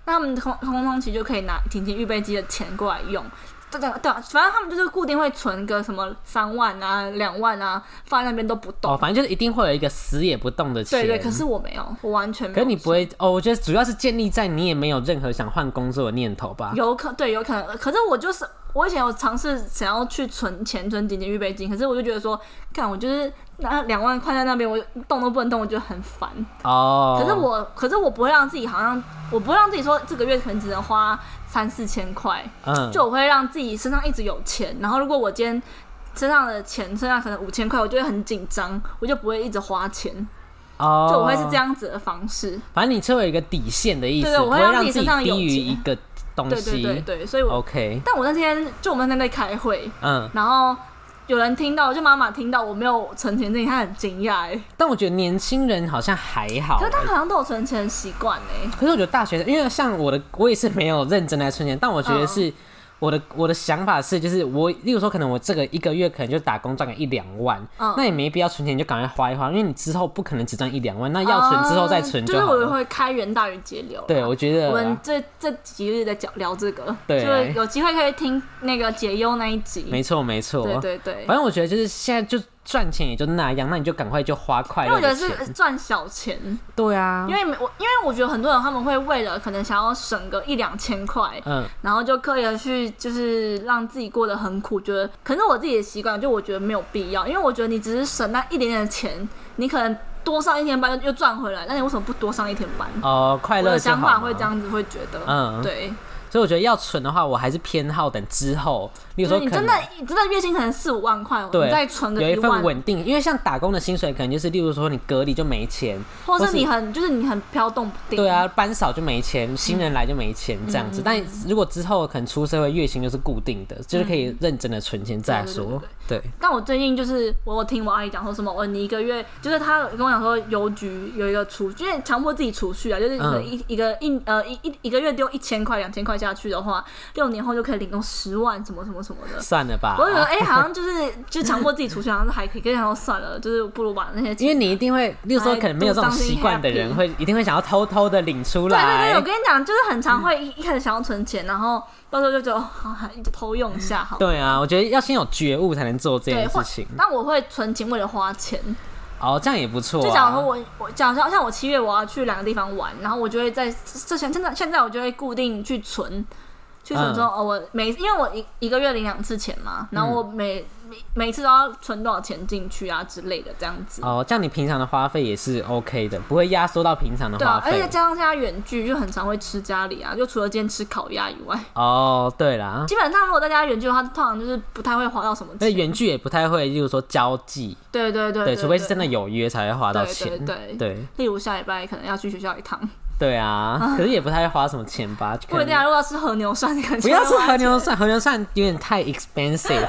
S1: 那他们的空空窗期就可以拿紧急预备金的钱过来用。对对对啊，反正他们就是固定会存个什么三万啊、两万啊，放在那边都不动。
S2: 哦，反正就是一定会有一个死也不动的钱。
S1: 对对，可是我没有，我完全没有。
S2: 可是你不会哦，我觉得主要是建立在你也没有任何想换工作的念头吧？
S1: 有可对，有可能。呃可是我就是我以前有尝试想要去存钱、存紧急预备金，可是我就觉得说，看我就是那两万块在那边，我动都不能动，我觉得很烦。
S2: 哦，
S1: 可是我，可是我不会让自己好像，我不会让自己说这个月可能只能花三四千块，
S2: 嗯，
S1: 就我会让自己身上一直有钱。然后如果我今天身上的钱身上可能五千块，我就会很紧张，我就不会一直花钱，
S2: 哦，
S1: 就我会是这。样子的方式。
S2: 反正你是会有一个底线的意思，
S1: 对对我
S2: 不
S1: 会
S2: 会
S1: 让
S2: 让
S1: 自己
S2: 自
S1: 身上有
S2: 低于
S1: 钱
S2: 一个东
S1: 对对
S2: 西。
S1: 对对，所以我，
S2: OK，
S1: 但我那天就我们那天在开会，
S2: 嗯，
S1: 然后有人听到，就妈妈听到我没有存钱这件事，她很惊讶哎。
S2: 但我觉得年轻人好像还好
S1: 可是。她好像都有存钱的习惯哎。
S2: 可是我觉得大学生，因为像我的，我也是没有认真来存钱，但我觉得
S1: 嗯
S2: 是我的我的想法是，就是我，例如说，可能我这个一个月可能就打工赚个一两万，
S1: 嗯
S2: 那也没必要存钱，就赶快花一花，因为你之后不可能只赚一两万，那要存之后再存
S1: 就哦就是
S2: 好
S1: 我
S2: 了。
S1: 会开源大于节流啦。
S2: 对，我觉得啊
S1: 我们这这几日在讲聊这个，
S2: 对
S1: 就是有机会可以听那个解忧那一集。
S2: 没错没错。
S1: 对对对，
S2: 反正我觉得就是现在就赚钱也就那样，那你就赶快就花快
S1: 因为
S2: 乐
S1: 我觉
S2: 的
S1: 得
S2: 钱。
S1: 是赚小钱，
S2: 对啊
S1: 因，为我因为我觉得很多人他们会为了可能想要省个一两千块，
S2: 嗯，
S1: 然后就刻意的去就是让自己过得很苦，觉得可是我自己的习惯，就我觉得没有必要，因为我觉得你只是省那一点点的钱，你可能多上一天班又赚回来，那你为什么不多上一天班？
S2: 哦，快
S1: 我
S2: 乐
S1: 的
S2: 就
S1: 想法
S2: 好
S1: 会
S2: 嘛
S1: 这，样子，会觉得，
S2: 嗯
S1: 对，
S2: 所以我觉得要存的话，我还是偏好等之后，例如
S1: 就是
S2: 说
S1: 你
S2: 可
S1: 真
S2: 能
S1: 的你真的月薪可能四五万块，
S2: 对
S1: 你再存个
S2: 有一
S1: 一
S2: 份
S1: 万，
S2: 稳定，因为像打工的薪水可能就是，例如说你隔离就没钱，
S1: 或
S2: 或
S1: 是
S2: 是
S1: 你很就是你很飘动不定，
S2: 对，啊，班少就没钱，新人来就没钱这样子。但如果之后可能出社会，月薪就是固定的，就是可以认真的存钱再
S1: 对对
S2: 说。对，
S1: 但我最近就是我有听我阿姨讲说什么，哦，你一个月就是她有跟我讲说，邮局有一个储，就是强迫自己储蓄啊，就是一个
S2: 嗯
S1: 一、一个一呃一一一个月丢一千块两千块下去的话，六年后就可以领到十万什么什么什么的。
S2: 算了吧
S1: 我，就觉得哎、好像就是就强迫自己储蓄，好像是还可以，可是然后算了，就是不如把那些
S2: 因
S1: 钱。
S2: 为你一定会，例如说可能没有这种习惯的
S1: I
S2: 人，
S1: do something happy
S2: 会一定会想要偷偷的领出
S1: 对对对，我
S2: 来。
S1: 跟你讲，就是很常会一一开始想要存钱，然后到时候就觉得哦好，还偷用一下好了。
S2: 对啊，我觉得要先有觉悟才能做这
S1: 对，
S2: 件
S1: 或
S2: 事情。
S1: 但我会存钱为了花钱，
S2: 哦，这样也不错、啊。
S1: 就假如说我我假如说像我七月我要去两个地方玩，然后我就会在这前现在现在我就会固定去存，去存
S2: 嗯
S1: 说、哦我每因为我一一个月领两次钱嘛，然后我每、每每次都要存多少钱进去啊之类的这样子。
S2: 哦，这样你平常的花费也是 OK 的，不会压缩到平常的
S1: 对
S2: 花
S1: 啊，而
S2: 费
S1: 且。加上现在远距，就很常会吃家里啊，就除了今天吃烤鸭以外，
S2: 哦，对啦，
S1: 基本上如果在家远距的话，通常就是不太会花到什么
S2: 那
S1: 钱。
S2: 远距也不太会，例如说交际，
S1: 对对对
S2: 对，除非是
S1: 对
S2: 真的有约才会花到
S1: 对
S2: 钱，
S1: 对对
S2: 对
S1: 例如下礼拜可能要去学校一趟，
S2: 对啊，可是也不太会花什么钱吧？就
S1: 不
S2: 可
S1: 一定啊。
S2: 能
S1: 如果要吃和牛涮，你可能
S2: 不
S1: 就会
S2: 要吃
S1: 花
S2: 和牛涮，和牛涮有点太 expensive，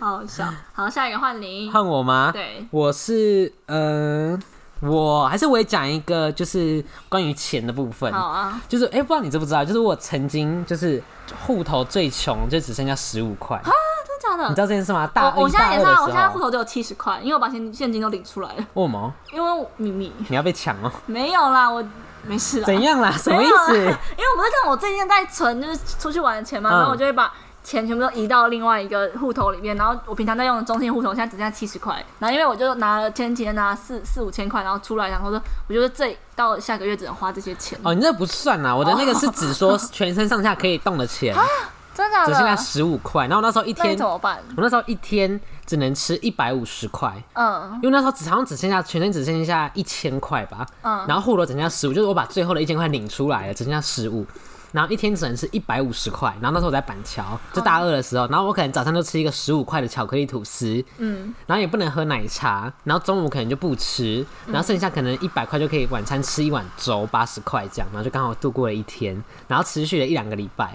S1: 好好笑。啊好，下一个换你。
S2: 换我吗？
S1: 对，
S2: 我是嗯、我还是我也讲一个就是关于钱的部分，
S1: 好啊。
S2: 就是哎、不知道你知不知道，就是我曾经就是户头最穷，就只剩下十五块，
S1: 真的假的？
S2: 你知道这件事吗？大
S1: 我我
S2: 一
S1: 现在
S2: 大
S1: 也
S2: 二
S1: 是
S2: 的
S1: 啊，我现在
S2: 时
S1: 户
S2: 候，
S1: 头只有七十块，因为我把现现金都领出来了，
S2: 为什么？
S1: 因为我秘密
S2: 你要被抢 哦、
S1: 没有啦，我没事啦。
S2: 怎
S1: 没
S2: 样啦？什
S1: 有啊
S2: 么意
S1: 啦
S2: 思？
S1: 因为我不是看我最近在存，就是出去玩的钱嘛，
S2: 嗯
S1: 然后我就会把。钱全部都移到另外一个户头里面，然后我平常在用的中信户头现在只剩下七十块，然后因为我就拿了前几天拿了四四五千块，然后出来，然后说我觉得这到下个月只能花这些钱，
S2: 哦，你那不算啦，我的那个是只
S1: 哦
S2: 说全身上下可以动的钱，
S1: 真的假
S2: 只剩下
S1: 的？
S2: 十五块。然后我那时候一
S1: 啊那你
S2: 天，
S1: 怎
S2: 我
S1: 么办？
S2: 那时候一天只能吃一百五十块，
S1: 嗯，
S2: 因为那时候只好像只剩下全身只剩下一千块吧，
S1: 嗯
S2: 然后户头只剩下十五，就是我把最后的一千块领出来了，只剩下十五。然后一天只能吃一百五十块。然后那时候我在板桥，就大二的时候，然后我可能早上就吃一个十五块的巧克力吐司，
S1: 嗯，
S2: 然后也不能喝奶茶，然后中午可能就不吃，
S1: 嗯
S2: 然后剩下可能一百块就可以晚餐吃一碗粥，八十块这样，然后就刚好度过了一天，然后持续了一两个礼拜，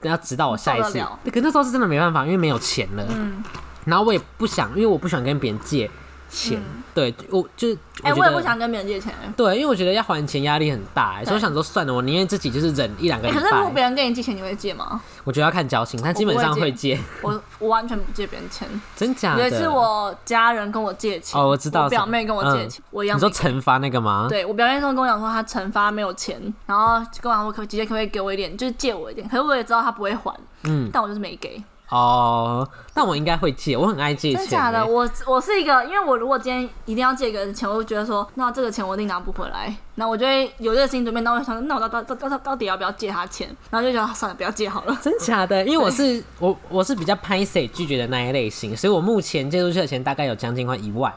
S2: 然后直到我下一
S1: 受得
S2: 次
S1: 了，
S2: 可那时候是真的没办法，因为没有钱了，嗯，然后我也不想，因为我不喜欢跟别人借钱，对我就是，
S1: 嗯哎、
S2: 觉
S1: 我也
S2: 得
S1: 不想跟别人借钱、
S2: 对，因为我觉得要还钱压力很大、欸，所以我想说算了，我宁愿自己就是忍一两个
S1: 哎
S2: 礼
S1: 可是如果别
S2: 拜。
S1: 人跟你借钱，你会借吗？
S2: 我觉得要看交情，但基本上 会借，
S1: 我我完全不借别人钱。
S2: 真假
S1: 有
S2: 的？
S1: 一次我家人跟我借钱，
S2: 啊哦，我知道
S1: 我
S2: 什么，
S1: 表妹跟我借钱，我一样
S2: 你
S1: 没
S2: 说
S1: 给。
S2: 惩罚那个吗？，
S1: 对我表妹那时候跟我讲说，她惩罚没有钱，然后跟我讲说可姐姐可不可以给我一点，就是借我一点。可是我也知道她不会还，
S2: 嗯，
S1: 但我就是没给。
S2: 哦，那我应该会借，我很爱借
S1: 真的
S2: 钱、
S1: 假的？
S2: 欸
S1: 我我是一个，因为我如果今天一定要借一个人钱，我就觉得说，那这个钱我一定拿不回来，那我就会有这个心理准备，那我就想说，那我到到到到到底要不要借他钱？然后就觉得啊算了，不要借好了。
S2: 真假的？因为我是我我是比较拍谁拒绝的那一类型，所以我目前借出去的钱大概有将近快一万。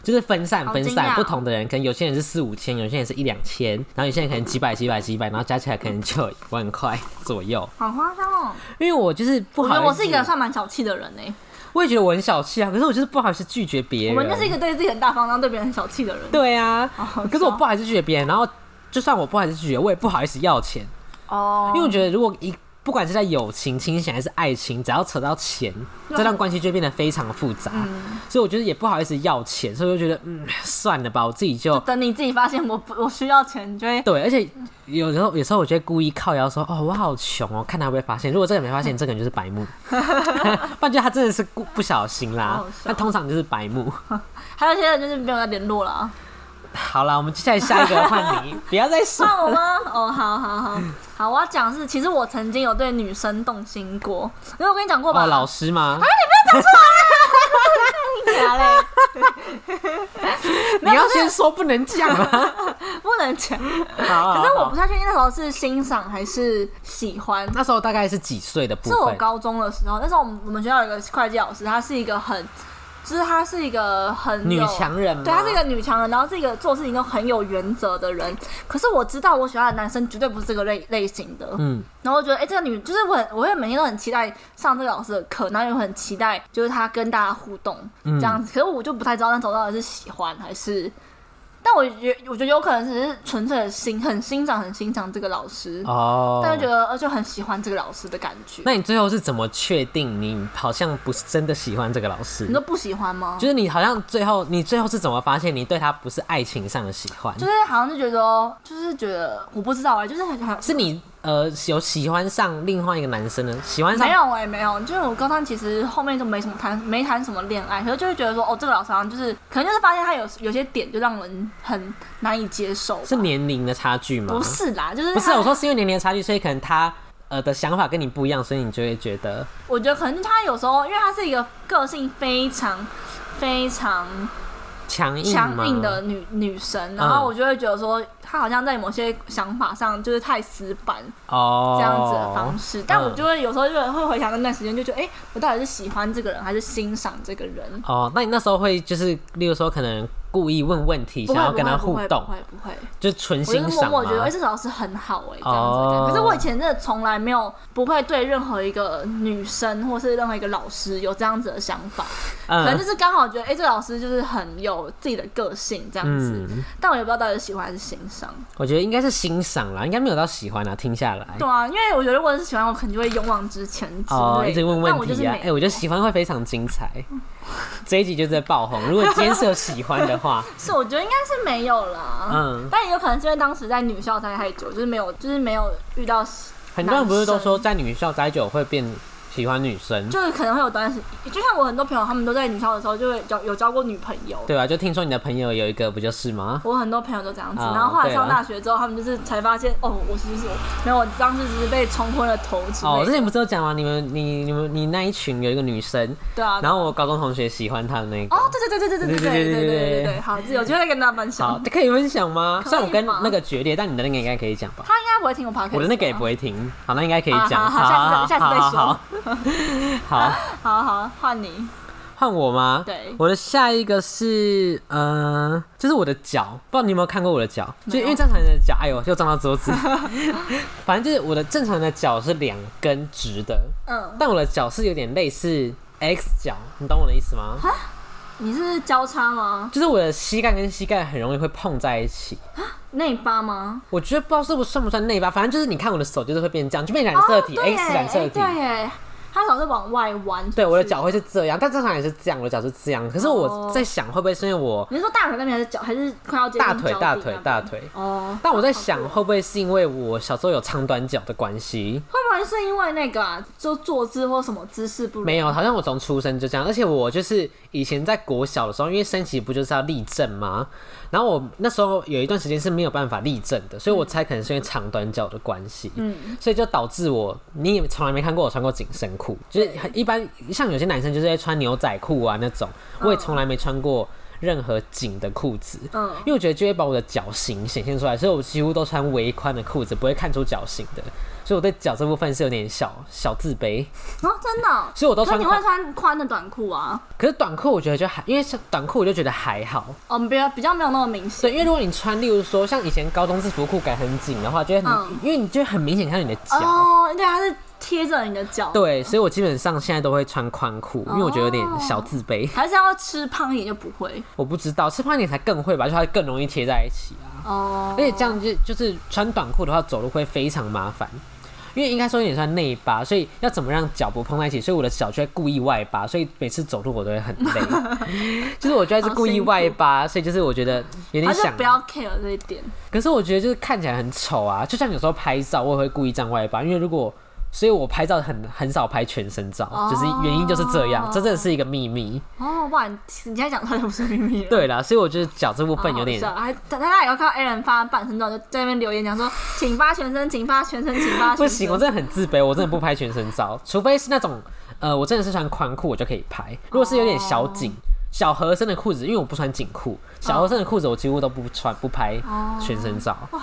S2: 就是分散
S1: 哦好
S2: 分
S1: 惊
S2: 散，
S1: 讶
S2: 不同的人可能有些人是四五千，有些人是一两千，然后有些人可能几百几百几百，然后加起来可能就有一万块左右。
S1: 好夸张哦！
S2: 因为我就是不
S1: 我觉
S2: 好意
S1: 得
S2: 思，
S1: 我是一个算蛮小气的人呢、欸
S2: 我也觉得我很小气啊，可是我就是不好意思拒绝别
S1: 我
S2: 人。
S1: 们就是一个对自己很大方，然后对别人很小气的人。
S2: 对啊，
S1: 好
S2: 可是我不好意思拒绝别人，然后就算我不好意思拒绝，我也不好意思要钱，
S1: 哦，
S2: 因为我觉得如果一不管是在友情、亲情还是爱情，只要扯到钱，
S1: 嗯
S2: 这段关系就会变得非常复杂，所以我觉得也不好意思要钱，所以我就觉得嗯算了吧，我自己就。
S1: 等你自己发现我不我需要钱，你就会
S2: 对，而且有时候有时候我就会故意靠腰说哦，我好穷哦，看他会不会发现。如果这个没发现，这个人就是白目， 不然就他真的是故不小心啦
S1: 好好笑。
S2: 那通常就是白目。
S1: 还有一些人就是没有再联络了 啊。
S2: 好啦，我们接下来下一个换你，不要再说
S1: 算我吗？哦，好好好好，我要讲是，其实我曾经有对女生动心过，因为我跟你讲过吧，啊
S2: 哦，老师吗？
S1: 假嘞，
S2: 你要先说不能讲啊。
S1: 不能讲。
S2: 好 嗯
S1: 可是我不
S2: 是
S1: 太确定那时候是欣赏还是喜欢。
S2: 那时候大概是几岁的
S1: 是
S2: 部分？
S1: 我高中的时候，那时候我们我们学校有一个会计老师，她是一个很，就是她是一个很有
S2: 女强人吗
S1: 对，她是一个女强人，然后是一个做事情都很有原则的人。可是我知道我喜欢的男生绝对不是这个类类型的，
S2: 嗯，
S1: 然后我觉得，哎、这个女就是我很，我会每天都很期待上这个老师的课，然后也很期待就是她跟大家互动
S2: 嗯
S1: 这样子。可是我就不太知道那种到底是喜欢还是，但我觉我觉得有可能只是纯粹的欣很欣赏很欣赏这个老师，
S2: 哦，
S1: 但就觉得呃就很喜欢这个老师的感觉。
S2: 那你最后是怎么确定你好像不是真的喜欢这个老师
S1: 你？都不喜欢吗？
S2: 就是你好像最后，你最后是怎么发现你对他不是爱情上的喜欢？
S1: 就是好像就觉得哦，就是觉得我不知道哎、就是很很
S2: 是你呃有喜欢上另外一个男生呢？喜欢上
S1: 没有哎、没有，就是我高三其实后面就没什么谈，没谈什么恋爱，可是就会觉得说，哦，这个老师好像就是，可能就是发现他有有些点就让人很难以接受吧。
S2: 是年龄的差距吗？
S1: 不是啦，就是
S2: 不是，
S1: 他
S2: 我说是因为年龄的差距，所以可能他呃的想法跟你不一样，所以你就会觉得
S1: 我觉得可能他有时候，因为他是一个个性非常非常
S2: 强硬吗嗯
S1: 强硬的女女生，然后我就会觉得说，她好像在某些想法上就是太死板
S2: 哦
S1: 这样子的方式，但我
S2: 嗯
S1: 就会有时候就会回想那段时间，就觉得，哎、我到底是喜欢这个人还是欣赏这个人？
S2: 哦，那你那时候会就是，例如说可能故意问问题，
S1: 不
S2: 想
S1: 会
S2: 要
S1: 不
S2: 跟他
S1: 会不
S2: 互
S1: 会不
S2: 动，
S1: 会不会。
S2: 就纯
S1: 我就
S2: 欣
S1: 是默
S2: 赏吗
S1: 默觉得，哎、这个老师很好哎、这样子的感觉。
S2: 哦
S1: 可是我以前真的从来没有不会对任何一个女生或是任何一个老师有这样子的想法，可能就
S2: 嗯
S1: 是刚好觉得，哎、这个老师就是很有自己的个性这样子。
S2: 嗯，
S1: 但我也不知道到底是喜欢还是欣赏。
S2: 我觉得应该是欣赏啦，应该没有到喜欢啦，听下来
S1: 对。啊，因为我觉得如果是喜欢，我可能就会勇往直前之类的。
S2: 哦，一直问
S1: 但
S2: 问
S1: 我就是
S2: 题啊！
S1: 没
S2: 哎、我觉得喜欢会非常精彩，这一集就是在爆红。如果今天是有喜欢 的话，
S1: 是我觉得应该是没有啦。
S2: 嗯
S1: 但也有可能是因为当时在女校待太久，就是没有，就是没有遇到，
S2: 很多人不是都
S1: 男生
S2: 说在女校待久会变喜欢女生，
S1: 就是可能会有短时，就像我很多朋友，他们都在女校的时候就会交有交过女朋友。
S2: 对吧、啊就听说你的朋友有一个不就是吗？
S1: 我很多朋友都这样子，
S2: 哦
S1: 然后后来
S2: 对啊
S1: 上大学之后，他们就是才发现，哦，我其实我没有，我当时只是被冲昏了头之
S2: 哦，
S1: 类
S2: 我之
S1: 的。
S2: 前不是有讲吗？你们、你、你们、你那一群有一个女生，
S1: 对啊，
S2: 然后我高中同学喜欢她的那个。
S1: 哦，对对对对对对对对对对对对，好，有机会再跟大家分
S2: 好
S1: 享。，
S2: 可以分享吗？
S1: 可以
S2: 虽然我跟
S1: 吗
S2: 那个决裂，但你的那个应该可以讲吧？
S1: 他应该不会听我 podcast，
S2: 我的那个也不
S1: 会。
S2: 会停，好，那应该可以
S1: 啊
S2: 讲。
S1: 好好下次再
S2: 好
S1: 下次
S2: 好
S1: 再说
S2: 好好好
S1: 好
S2: 好，
S1: 好，换你。
S2: 换我吗？
S1: 对
S2: 我的下一个是，呃，就是我的脚，不知道你有没有看过我的脚？就因为正常人的脚，哎呦，又撞到桌子。 反正就是我的正常人的脚是两根直的，
S1: 嗯，
S2: 但我的脚是有点类似 X 脚，你懂我的意思吗？
S1: 你是交叉吗？
S2: 就是我的膝盖跟膝盖很容易会碰在一起。
S1: 内八吗？
S2: 我觉得不知道是不是算不算内八，反正就是你看我的手就是会变这样，就变染色体、
S1: 哦对耶
S2: X 染色体。
S1: 哎对耶，他总是往外弯。是不是
S2: 对，我的脚。会是这样，但正常也是这样，我的脚是这样。可是我
S1: 哦
S2: 在想，会不会是因为我
S1: 你是说大腿那边还是脚，还是快要接近
S2: 大腿、
S1: 脚底
S2: 大
S1: 那
S2: 腿
S1: 边、
S2: 大腿？
S1: 哦，
S2: 但我在想，会不会是因为我小时候有长短脚的关系？
S1: 会不会是因为那个啊，就坐姿或什么姿势不良？
S2: 没有，好像我从出生就这样。而且我就是以前在国小的时候，因为升旗不就是要立正吗？然后我那时候有一段时间是没有办法立正的，所以我猜可能是因为长短脚的关系。
S1: 嗯，
S2: 所以就导致我，你也从来没看过我穿过紧身裤，就是很一般，像有些男生就是会穿牛仔裤啊那种，我也从来没穿过任何紧的裤子，
S1: 嗯
S2: 因为我觉得就会把我的脚型显现出来，所以我几乎都穿微宽的裤子，不会看出脚型的，所以我对脚这部分是有点小小自卑，
S1: 哦，真的哦。
S2: 所以我都
S1: 可
S2: 穿
S1: 你
S2: 宽
S1: 会，穿宽的短裤啊？
S2: 可是短裤我觉得就还，因为像短裤我就觉得还好，
S1: 哦，比较比较没有那么明
S2: 对，
S1: 显。
S2: 因为如果你穿，例如说像以前高中制服裤改很紧的话，就会很，
S1: 嗯
S2: 因为你就会很明显看到你的脚。
S1: 哦，对，它是贴着你的脚。，
S2: 对，所以我基本上现在都会穿宽裤，
S1: 哦
S2: 因为我觉得有点小自卑。
S1: 还是要吃胖一点就不会。
S2: 我不知道吃胖一点才更会吧，就它更容易贴在一起啊。
S1: 哦，
S2: 而且这样就就是穿短裤的话，走路会非常麻烦，因为应该说有点算内八，所以要怎么让脚不碰在一起？所以我的脚就会故意外八，所以每次走路我都会很累。 就是我觉得是故意外八，所以就是我觉得有点
S1: 还是
S2: 想
S1: 不。要 care 这一点。
S2: 可是我觉得就是看起来很丑啊，就像有时候拍照我也会故意这样外八，因为如果。所以我拍照很很少拍全身照，就是原因就是这样，这真的是一个秘密。
S1: 哦，哇，你你现在讲出来就不是秘密了。
S2: 对啦，所以我觉得脚这部分有点
S1: 好好笑还大家以后看到 Aaron 发半身照，就在那边留言讲说，请发全身，请发全身，请发全身。
S2: 不行，我真的很自卑，我真的不拍全身照， 除非是那种呃，我真的是穿宽裤我就可以拍，如果是有点小紧。
S1: 哦
S2: 小合身的裤子，因为我不穿紧裤，小合身的裤子我几乎都不穿，不拍全身照。
S1: 哦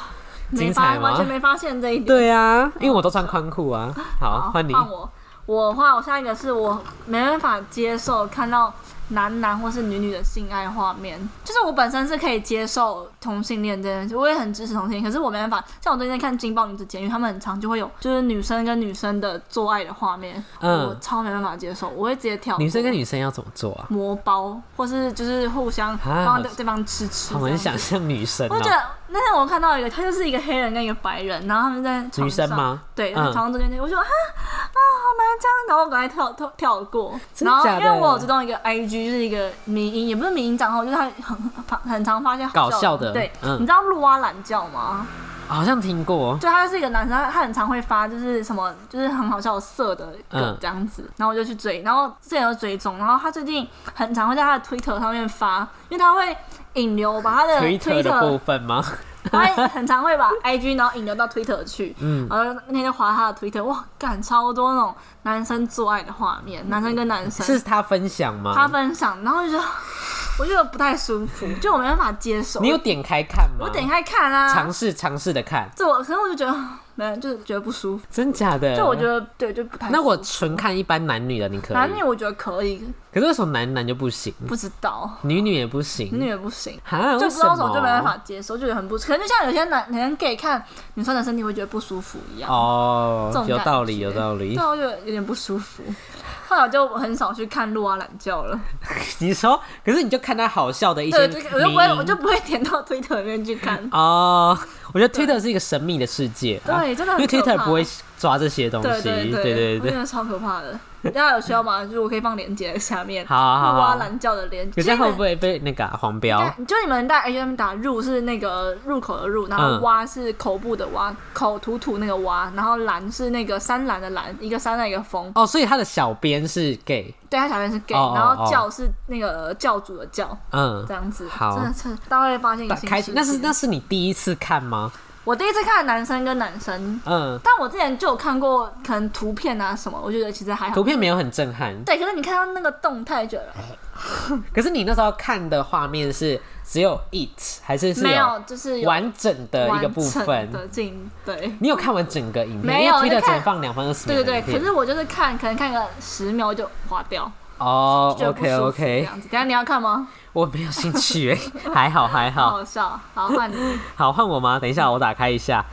S2: 精
S1: 没
S2: 彩
S1: 发，
S2: 吗
S1: 完全没发现这一点。
S2: 对啊，因为我都穿宽裤啊。好，
S1: 好
S2: 换你。
S1: 哦换我。我的话，我下一个是我没办法接受看到男男或是女女的性爱画面，就是我本身是可以接受同性恋这件事，我也很支持同性恋，可是我没办法。像我最近看《金爆女子监狱》，他们很常就会有就是女生跟女生的做爱的画面，
S2: 嗯
S1: 我超没办法接受，我会直接跳过。
S2: 女生跟女生要怎么做啊？
S1: 磨包，或是就是互相
S2: 啊
S1: 帮对对方吃吃。
S2: 好难想。象女生
S1: 啊我
S2: 哦、
S1: 就觉得那天我看到一个，他就是一个黑人跟一个白人，然后他们在床
S2: 女生
S1: 上？
S2: 吗？
S1: 对，
S2: 嗯
S1: 在床上中间那个，我就啊啊好难这样，然后我赶快跳跳跳过。
S2: 真的
S1: 然后
S2: 假
S1: 因
S2: 的
S1: 为我有知道一个 IG 就是一个迷音，也不是迷音账号，就是他很很很常发现好
S2: 搞笑的
S1: 对，
S2: 嗯
S1: 你知道露蛙懒觉吗？
S2: 好像听过。
S1: 就他是一个男生，他他很常会发就是什么就是很好笑的色的
S2: 嗯
S1: 梗这样子，然后我就去追，然后之前有追踪，然后他最近很常会在他的 Twitter 上面发，因为他会引流把他的
S2: Twitter 的部分吗？
S1: 他会很常会把 IG 然后引流到 Twitter 去，
S2: 嗯
S1: 然后那天就划他的 Twitter，哇，干超多那种男生做爱的画面，男生跟男生，
S2: 是他分享吗？
S1: 他分享，然后就觉得我觉得不太舒 服，就我没办法接受
S2: 你，有点开看吗？
S1: 我点开看啊
S2: 尝，试尝试的看，
S1: 这我可是我就觉得没有，就是觉得不舒服，
S2: 真假的？
S1: 就我觉得对就不太舒服，
S2: 哎那我纯看一般男女的，你可以。
S1: 男女我觉得可以，
S2: 可是为什么男男就不行，
S1: 不知道
S2: 女女也不行？
S1: 女也不行，
S2: 哈，
S1: 就
S2: 为
S1: 不知道为
S2: 什
S1: 什
S2: 啊
S1: 么就没办法接受，就觉得很不，可能就像有些男男人 gay 看女生的身体会觉得不舒服一样。这
S2: 哦，
S1: 种
S2: 有道
S1: 感
S2: 理，
S1: 觉
S2: 有道理
S1: 对，。啊我就有点不舒服。后来我就很少去看露啊懒觉了，
S2: 你说，可是你就看他好笑的一些
S1: 对，就
S2: 迷
S1: 我就
S2: 因，
S1: 不会，我就不会点到推特里面去看。
S2: 哦， 我觉得 Twitter 是一个神秘的世界啊，
S1: 对真的
S2: 因
S1: 很
S2: 为
S1: 可怕
S2: Twitter 不会抓这些东
S1: 对
S2: 西，
S1: 对
S2: 对对
S1: 我真
S2: 对。
S1: 的超可怕的。大家有需要吗？就是我可以放链接在下面，
S2: 好好好
S1: 露啊懒觉的链
S2: 可
S1: 接。
S2: 这样会不会被那个啊黄标？
S1: 就你们在 H M 打入是那个入口的入，然后
S2: 嗯
S1: 蛙是口部的蛙，口吐吐那个蛙，然后蓝是那个山蓝的蓝，一个山那一个风。
S2: 哦，所以他的小编是 gay，
S1: 对，它小便是 gay，
S2: 哦哦
S1: 然后
S2: 哦
S1: 教是那个教主的教，
S2: 嗯
S1: 这，样子。
S2: 好
S1: 真的是大家会发现一个新
S2: 开心。
S1: 世
S2: 那是
S1: 界
S2: 那是你第一次看吗？
S1: 我第一次看男生跟男生，
S2: 嗯，
S1: 但我之前就有看过可能图片啊什么，我就觉得其实还好。
S2: 图片没有很震撼，
S1: 对，可是你看到那个动态，觉得
S2: 可是你那时候看的画面是只有 it，还是是
S1: 没有，就是有
S2: 完整哦的一个部
S1: 完整
S2: 分？
S1: 的进对。
S2: 你有看完整个影片？
S1: 没
S2: 因
S1: 有
S2: 为
S1: 就
S2: Twitter 只
S1: 看
S2: 能放两分二十
S1: 对
S2: 秒的
S1: 对
S2: 影片。
S1: 对，可是我就是看，可能看个十秒就划掉，
S2: 哦
S1: 就不
S2: ，OK
S1: 舒服这
S2: OK，
S1: 样子。等一下你要看吗？
S2: 我没有兴趣哎，还好还
S1: 好
S2: 好，
S1: 好笑。好，换你。
S2: 好换我吗？等一下我打开 一下，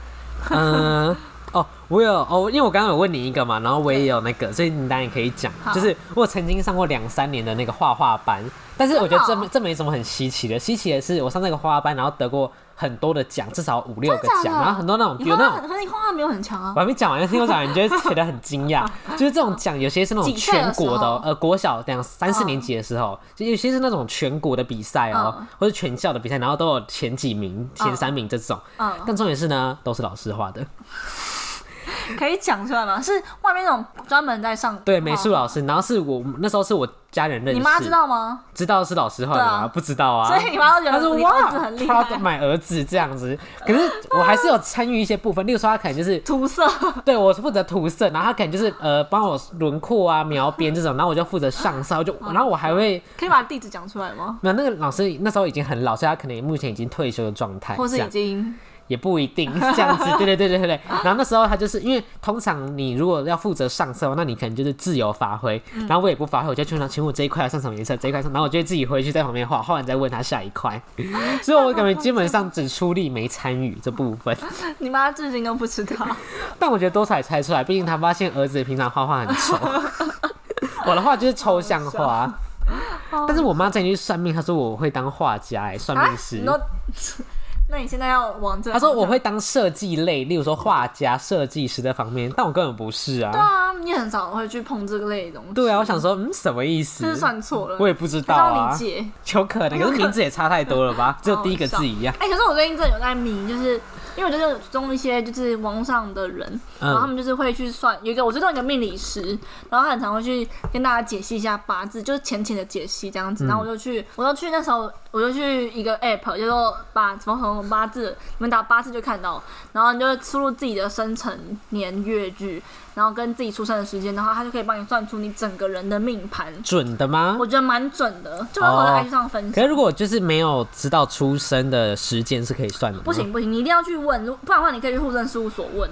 S2: 嗯、哦，我有哦，因为我刚刚有问你一个嘛，然后我也有那个，所以你当然可以讲
S1: 好，
S2: 就是我曾经上过两三年的那个画画班，但是我觉得这
S1: 真的哦
S2: 没这没什么很稀奇的，稀奇的是我上那个画画班，然后得过很多的奖，至少五六个
S1: 真的假
S2: 奖，
S1: 的
S2: 然后很多那种
S1: 你
S2: 有
S1: 画
S2: 那
S1: 画
S2: 种
S1: 很，可是你画画没有很强啊
S2: 我。还没讲完，听我讲完，你就会觉得很惊 讶。就是这种奖，有些是那种
S1: 几岁的
S2: 全国的哦，
S1: 时
S2: 呃，国小两三四
S1: 嗯
S2: 年级的时候，就有些是那种全国的比赛哦，
S1: 嗯
S2: 或者全校的比赛，然后都有前几名、前
S1: 嗯
S2: 三名这种。
S1: 嗯，
S2: 但重点是呢，都是老师画的，
S1: 可以讲出来吗？是外面那种专门在上
S2: 对，
S1: 画
S2: 美术老师。然后是我那时候是我家人认识，
S1: 你妈知道吗？
S2: 知道是老师画的
S1: 对
S2: 吗？
S1: 啊
S2: 不知道啊，
S1: 所以你妈都觉
S2: 他
S1: 得
S2: 说
S1: 你
S2: 哇
S1: 儿子很，厉
S2: 他的
S1: 害，
S2: 买儿子这样子，可是我还是有参与一些部分，例如说他可能就是
S1: 涂色。
S2: 对我是负责涂色，然后他可能就是呃帮我轮廓啊、描边这种，然后我就负责上色，我就然后我还会，
S1: 可以把地址讲出来吗？
S2: 没有那个老师那时候已经很老，所以他可能目前已经退休的状态，
S1: 或是
S2: 这
S1: 已
S2: 样
S1: 经
S2: 也不一定这样子，对对对对对对。然后那时候他就是因为通常你如果要负责上色，那你可能就是自由发挥，然后我也不发挥，我就去问他，请问我这一块要上什么颜色，这一块上，然后我就会自己回去在旁边画，画完再问他下一块，所以我感觉基本上只出力没参与这部分。
S1: 你妈至今都不知道，
S2: 但我觉得多少也猜出来，毕竟他发现儿子平常画画很丑。我的画就是抽象画，但是我妈最近去算命，她说我会当画家、哎，算命师
S1: 你。都，啊 那你现在要往这？
S2: 她说我会当设计类，例如说画家、设计师这方面，但我根本不是
S1: 对
S2: 啊。
S1: 啊，你很少会去碰这个类的东西。
S2: 对啊，我想说，嗯，什么意
S1: 是不
S2: 思
S1: 是？算错了，
S2: 我也不知道
S1: 他叫你
S2: 啊，
S1: 姐。
S2: 有可能，可是名字也差太多了
S1: 嗯
S2: 吧？只有第一个字一样。
S1: 哎、可是我最近真的有在迷，就是因为我就是中一些就是网络上的人，然后他
S2: 嗯，
S1: 们就是会去算，有一个我知道一个命理师，然后他很常会去跟大家解析一下八字，就是浅浅的解析这
S2: 嗯
S1: 样子。然后我就去，我就去那时候我就去一个 app，就说把什么什么八字，你们打八字就看到，然后你就输入自己的生辰年月日，然后跟自己出生的时间，然后他就可以帮你算出你整个人的命盘。
S2: 准的吗
S1: 我？觉得蛮准的，就跟我在
S2: 哦
S1: IG 上分享。
S2: 可是如果就是没有知道出生的时间是可以算的吗，
S1: 不行不行，你一定要去问，如不然的话你可以去户政事务所问。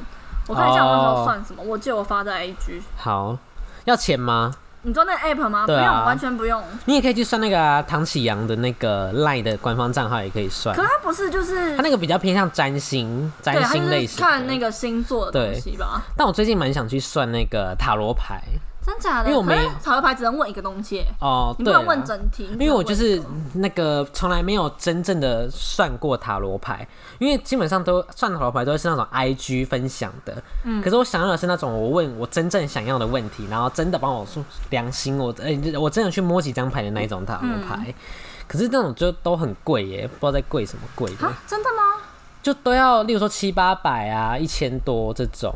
S1: 我看一下我那时
S2: 哦
S1: 候算什么我记得我发在 IG。
S2: 好，要钱吗？
S1: 你做那个 app 吗？不
S2: 对啊
S1: 用，完全不用。
S2: 你也可以去算那个啊，唐启阳的那个 LINE 的官方账号也可以算
S1: 可，它不是就是
S2: 他那个比较偏向占星、
S1: 对，
S2: 占
S1: 它
S2: 星
S1: 就
S2: 类
S1: 是
S2: 型的。
S1: 看那个星座的东西吧？
S2: 但我最近蛮想去算那个塔罗牌
S1: 真假的？
S2: 因为我没
S1: 可是塔罗牌只能问一个东西耶，
S2: 哦，
S1: 你不
S2: 对
S1: 能
S2: 了，
S1: 问整体。
S2: 因为我就
S1: 你
S2: 是那个从来没有真正的算过塔罗牌，因为基本只能问一个因为基本上都算塔罗牌都是那种 I G 分享的，
S1: 嗯
S2: 可是我想要的是那种我问我真正想要的问题，然后真的帮我说良心，我哎、我真的去摸几张牌的那一种塔罗牌，
S1: 嗯
S2: 可是那种就都很贵耶，不知道在贵什么贵
S1: 只
S2: 的
S1: 能问一个啊，真的吗？
S2: 就都要，例如说七八百啊，一千多这种，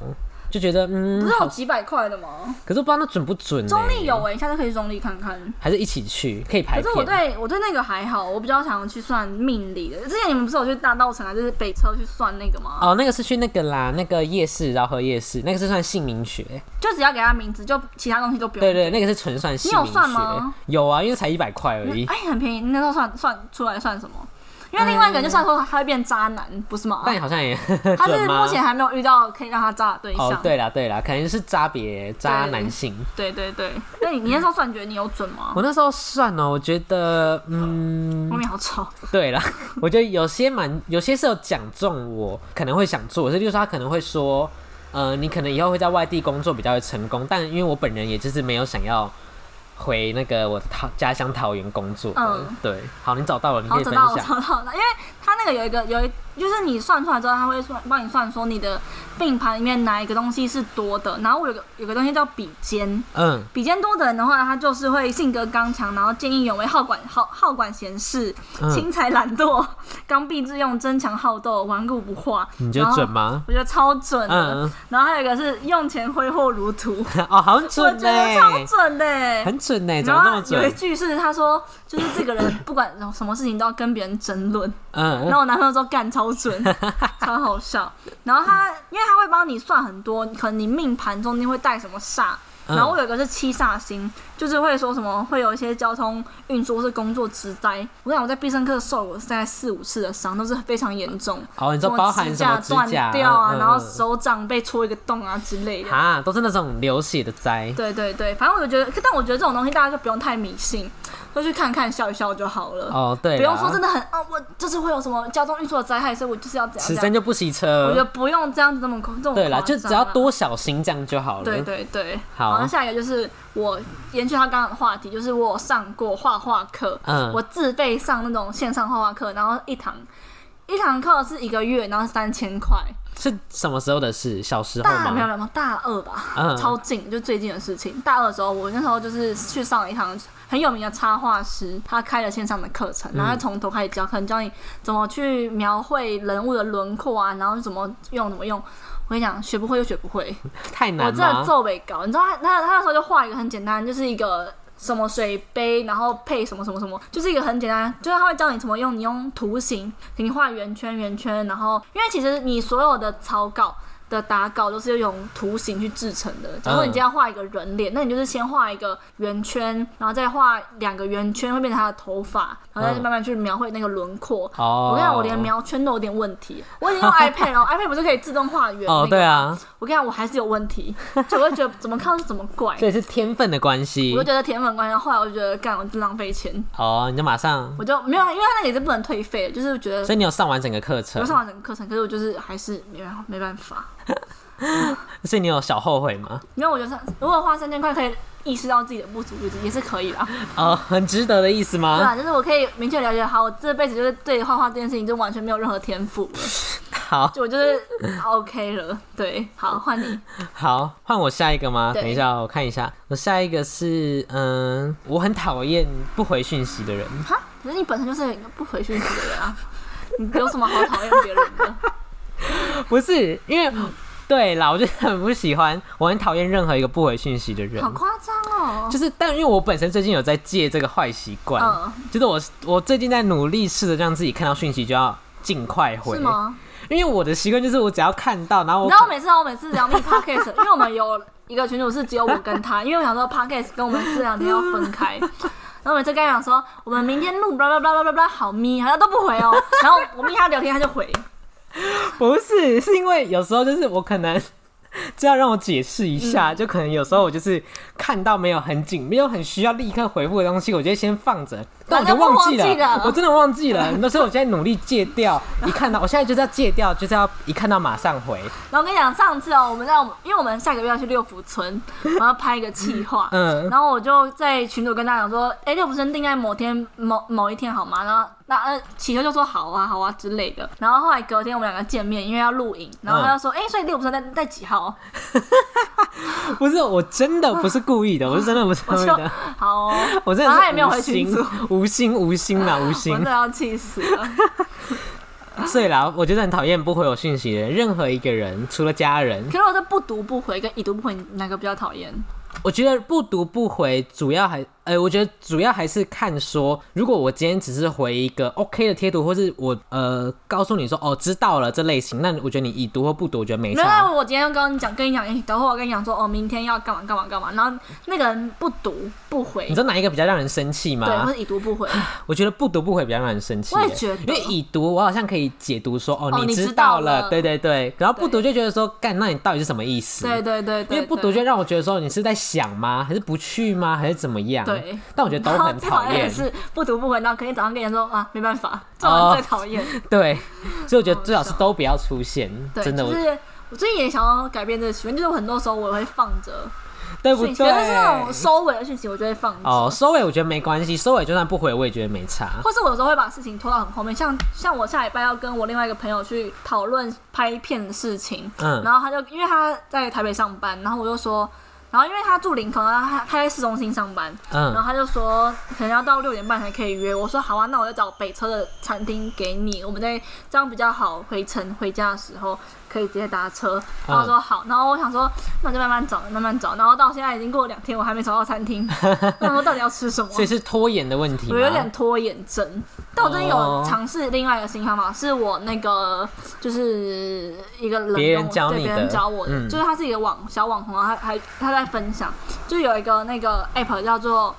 S2: 就觉得
S1: 不
S2: 嗯
S1: 是，有
S2: 好，
S1: 几百块的吗？
S2: 可是不知道那准不准、欸。
S1: 中立有哎，下次可以去中立看看。
S2: 还是一起去可以
S1: 可
S2: 排
S1: 是我
S2: 片。
S1: 对我对那个还好，我比较想去算命理的。之前你们不是有去大稻城啊，就是北车去算那个吗？
S2: 哦，那个是去那个啦，那个夜市饶河夜市，那个是算姓名学。
S1: 就只要给他名字，就其他东西都不用。
S2: 对对，那个是纯算姓
S1: 你有
S2: 名学
S1: 算吗。
S2: 有啊，因为才一百块而已
S1: 哎、，很便宜。你那时候算算出来算什么？因为另外一个人就算说他会变渣男，不是吗？
S2: 但好像也
S1: 他是
S2: 准吗
S1: 目？前还没有遇到可以让他渣的对象。
S2: 哦，对啦对啦，可能是渣别渣男性。
S1: 对对对那你你那时候算觉得你有准吗？
S2: 我那时候算哦，我觉得嗯，
S1: 后面好吵。
S2: 对啦， 我觉得有些蛮，有些是有讲中我可能会想做，所以就是他可能会说，呃，你可能以后会在外地工作比较会成功，但因为我本人也就是没有想要回那个我桃家乡桃园工作的，
S1: 嗯
S2: 对，好，你找到了，你
S1: 好，
S2: 可以
S1: 找
S2: 分
S1: 到我
S2: 享。
S1: 找到了，因为他那个有一个有一，就是你算出来之后，他会算帮你算说你的命盘里面哪一个东西是多的。然后我有个有个东西叫比肩，
S2: 嗯，
S1: 比肩多的人的话，他就是会性格刚强，然后见义勇为，好管好好管闲事，
S2: 嗯
S1: 轻财懒惰，刚愎自用，争强好斗，顽固不化。
S2: 你觉得准吗？
S1: 我觉得超准的。
S2: 嗯，
S1: 然后还有一个是用钱挥霍如土，
S2: 哦，好很
S1: 我
S2: 准
S1: 觉
S2: 呢、
S1: 得超准的、
S2: 很准呢、怎
S1: 然
S2: 么那么
S1: 后有一
S2: 准？
S1: 句是他说，就是这个人不管什么事情都要跟别人争论。然
S2: 嗯，
S1: 后我男朋友说干超准， 超好笑。然后他因为他会帮你算很多，可能你命盘中间会带什么煞，
S2: 嗯
S1: 然后我有一个是七煞星，就是会说什么会有一些交通运输或是工作之灾。我跟你讲，我在必胜客受过大概四五次的伤，都是非常严重。
S2: 哦，你
S1: 什
S2: 说包
S1: 么
S2: 含
S1: 指
S2: 什么
S1: 甲
S2: 指
S1: 断
S2: 甲
S1: 掉啊，
S2: 嗯嗯
S1: 然后
S2: 嗯
S1: 手掌被戳一个洞啊之类的。
S2: 哈，都是那种流血的灾。
S1: 对对对，反正我就觉得，但我觉得这种东西大家就不用太迷信，就去看看笑一笑就好了，
S2: 哦，对啦，
S1: 不用说真的很啊，我就是会有什么交通运输的灾害，所以我就是要怎样
S2: 此
S1: 怎
S2: 生
S1: 样。
S2: 就不洗
S1: 我觉得
S2: 车。
S1: 不用这样子这么恐这么
S2: 对啦，
S1: 夸
S2: 就
S1: 张
S2: 只要
S1: 啦
S2: 多小心这样就好了。
S1: 对对对，
S2: 好
S1: 然后下一个就是我延续他刚刚的话题，就是我有上过画画课，
S2: 嗯
S1: 我自费上那种线上画画课，然后一堂一堂课是一个月，然后三千块，
S2: 是什么时候的事？小时候
S1: 大没有
S2: 吗？
S1: 没有大二吧，
S2: 嗯
S1: 超近就最近的事情。大二的时候，我那时候就是去上了一堂很有名的插画师，他开了线上的课程，然后他从头开始教，可能教你怎么去描绘人物的轮廓啊，然后怎么用怎么用。我跟你讲，学不会就学不会，
S2: 太
S1: 我
S2: 难
S1: 真的
S2: 吗？
S1: 皱眉高。你知道他他他那时候就画一个很简单，就是一个什么水杯，然后配什么什么什么，就是一个很简单，就是他会教你怎么用，你用图形给你画圆圈圆圈，然后因为其实你所有的草稿。的打稿都是用图形去制成的。假如
S2: 嗯
S1: 说你今天要画一个人脸，那你就是先画一个圆圈，然后再画两个圆圈，会变成他的头发，然后再
S2: 嗯
S1: 慢慢去描绘那个轮廓。
S2: 哦，
S1: 我跟你讲，我连描圈都有点问题。我已经用 iPad 了，iPad 不是可以自动画圆？
S2: 哦，对啊，
S1: 我跟你讲，我还是有问 题，就我会觉得怎么看都是怎么怪，
S2: 这也是天分的关系
S1: 我就。觉得铁粉关系。后来我就觉得干，我就浪费钱，
S2: 哦，你就马上，
S1: 我就没有，因为他那个也是不能退费的，就是觉得
S2: 所以你有上完整个课程
S1: 我，上完整个课程，可是我就是还是没办法，没办法，
S2: 所以你有小后悔吗？
S1: 因为我觉得如果花三千块可以意识到自己的不足，也是也是可以啦。
S2: 哦，很值得的意思
S1: 对
S2: 吗？
S1: 啊，就是我可以明确了解，好，我这辈子就是对画画这件事情就完全没有任何天赋 了，
S2: 好
S1: 就我就是 OK 了。对，好，换你。
S2: 好，换我下一个吗？
S1: 对
S2: 等一下，我看一下，我下一个是，嗯，我很讨厌不回讯息的 人。
S1: 哈，可是你本身就是一个不回讯息的人啊，你有什么好讨厌别人 的？
S2: 不是因为，对啦，我就很不喜欢，我很讨厌任何一个不回讯息的人
S1: 好。夸张哦！
S2: 就是，但因为我本身最近有在戒这个坏习惯，
S1: 嗯
S2: 就是我我最近在努力试着让自己看到讯息就要尽快回
S1: 是，吗？
S2: 因为我的习惯就是我只要看到，然后
S1: 你
S2: 我
S1: 知道我每次啊我每次聊密 podcast，因为 我们有一个群主是只有我跟他，因为我想说 podcast 跟我们这两天要分开。然后每次跟他讲说，我们明天录，blah blah blah blah blah，好咪，他都不回哦。然后我密他聊天，他就回。
S2: 不是，是因为有时候就是我可能 这要让我解释一下，
S1: 嗯
S2: 就可能有时候我就是看到没有很紧，没有很需要立刻回复的东西，我就会先放着，但我就忘记了，
S1: 反正忘记了
S2: 我真的忘记了。 所以我现在努力戒掉，一看到我现在就是要戒掉，就是要一看到马上回。
S1: 然后我跟你讲，上次哦，我们在我们，因为我们下个月要去六福村，我要拍一个企划，
S2: 嗯
S1: 然后我就在群主跟大家讲说，哎、六福村定在某天某某一天好吗？然后那呃，启秋就说好啊好啊之类的。然后后来隔天我们两个见面，因为要录影，然后他就说，哎、所以六福村在在几号？
S2: 不是，我真的不是故意的，我是真的不是
S1: 我
S2: 故意
S1: 就
S2: 的，
S1: 好哦，
S2: 我真
S1: 嗯然后他也
S2: 的
S1: 没有回
S2: 是
S1: 群组，
S2: 无心，无心无心啦，无
S1: 我
S2: 心
S1: 真。的要气死 了。
S2: 所以啦，我觉得很讨厌不回我讯息的人任何一个人，除了家人
S1: 可。是我这不读不回跟已读不回，哪个比较讨厌？
S2: 我觉得不读不回，主要还，呃，我觉得主要还是看说，如果我今天只是回一个 OK 的贴图，或是我呃告诉你说哦知道了这类型，那我觉得你已读或不读，我觉得没
S1: 没有，因
S2: 差。
S1: 为我今天跟你讲，跟你讲，哎等会我跟你讲说，哦，明天要干嘛干嘛干嘛，然后那个人不读不回
S2: 你知，道哪一个比较让人生气
S1: 对，或
S2: 吗
S1: 者？已读不 回，
S2: 我觉得不读不回比较让人生气耶。
S1: 我也觉得
S2: 因为已读我好像可以解读说哦
S1: 哦你
S2: 知
S1: 知道
S2: 了，
S1: 了
S2: 对对对。然后不读就觉得说干，那你到底是什么意思？
S1: 对对对对，
S2: 因为不读就让我觉得说你是在想吗？还是不去吗？还是怎么样？
S1: 对。
S2: 但我觉得都
S1: 然后
S2: 很
S1: 最
S2: 讨
S1: 厌
S2: 厌
S1: 的。是不读不回，然后肯定早上跟人说啊，没办法，这
S2: 哦
S1: 种人最讨厌。
S2: 对，所以我觉得最好是都不要出现，
S1: 对，
S2: 真的，
S1: 就
S2: 我
S1: 是我最近也想要改变这个习惯，就是我很多时候我也会放着
S2: 对不
S1: 讯息，可是是那
S2: 对
S1: 种？收尾的讯息，我就会放着。
S2: 哦，收尾我觉得没关系，收尾就算不回我也觉得没差。
S1: 或是我有时候会把事情拖到很后面，像像我下礼拜要跟我另外一个朋友去讨论拍片的事情，
S2: 嗯
S1: 然后他就因为他在台北上班，然后我就说，然后因为他住林口，然后他他在市中心上班，然
S2: 嗯，
S1: 后他就说可能要到六点半才可以约，我说好啊，那我就找北车的餐厅给你，我们再这样比较好回程回家的时候可以直接搭车。然后
S2: 嗯
S1: 我说好，然后我想说那我就慢慢找慢慢找，然后到现在已经过了两天，我还没找到餐 厅，那我到底要吃什么？啊
S2: 所以是拖延的问题
S1: 我有点
S2: 吗？哦
S1: 拖延症，但我最近有尝试另外一个新方法，是我那个就是一个人跟我
S2: 别人教
S1: 对
S2: 你
S1: 别人
S2: 的
S1: 教我的，
S2: 嗯
S1: 就是他是一个网小网红，然后他还他在分享，就有一个那个 app 叫做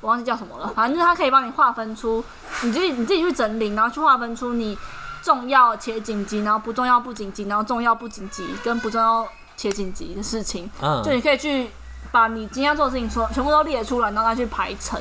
S1: 我忘记叫什么了，反正就是它可以帮你划分出，你自己你自己去整理，然后去划分出你重要且紧急，然后不重要不紧急，然后重要不紧急跟不重要且紧急的事情，就
S2: 嗯，
S1: 你可以去把你今天要做的事情说全部都列出来，然后再去排成。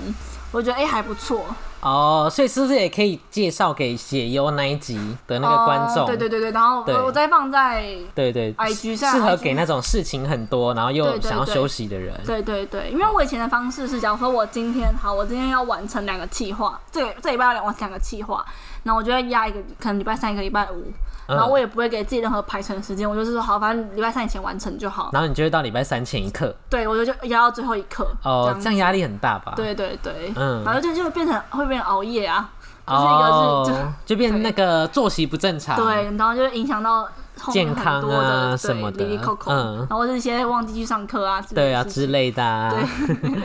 S1: 我觉得哎、还不错，
S2: 哦，所以是不是也可以介绍给解忧那一集的那
S1: 哦
S2: 个观众？
S1: 对对对对，然后
S2: 对
S1: 我我再放在
S2: 对对
S1: IG 上
S2: 适合
S1: IG
S2: 给那种事情很多，然后
S1: 对
S2: 又
S1: 对
S2: 想要
S1: 对
S2: 休息的人。
S1: 对对对，因为我以前的方式是，假如说我今天好，我今天要完成两个计划，这个这礼拜要完成两个计划，那我就会压一个，可能礼拜三一个礼拜五，
S2: 嗯
S1: 然后我也不会给自己任何排程的时间，我就是说好，反正礼拜三以前完成就好。
S2: 然后你就会到礼拜三前一刻，
S1: 对，我就就压到最后一刻。
S2: 哦，这
S1: 这
S2: 样
S1: 样。
S2: 压力很大吧？，
S1: 对对对，
S2: 嗯
S1: 反正就就会变成会变成熬夜啊，就是一个
S2: 哦
S1: 是， 就、
S2: 就变那
S1: 对
S2: 个作息不正常。
S1: 对，然后就会影响到后面
S2: 健
S1: 很多
S2: 康
S1: 的
S2: 啊
S1: 对
S2: 什么的
S1: 里里扣扣，
S2: 嗯
S1: 然后是一些忘记去上课啊之类的
S2: 对啊
S1: 事
S2: 之
S1: 情。
S2: 类的、啊，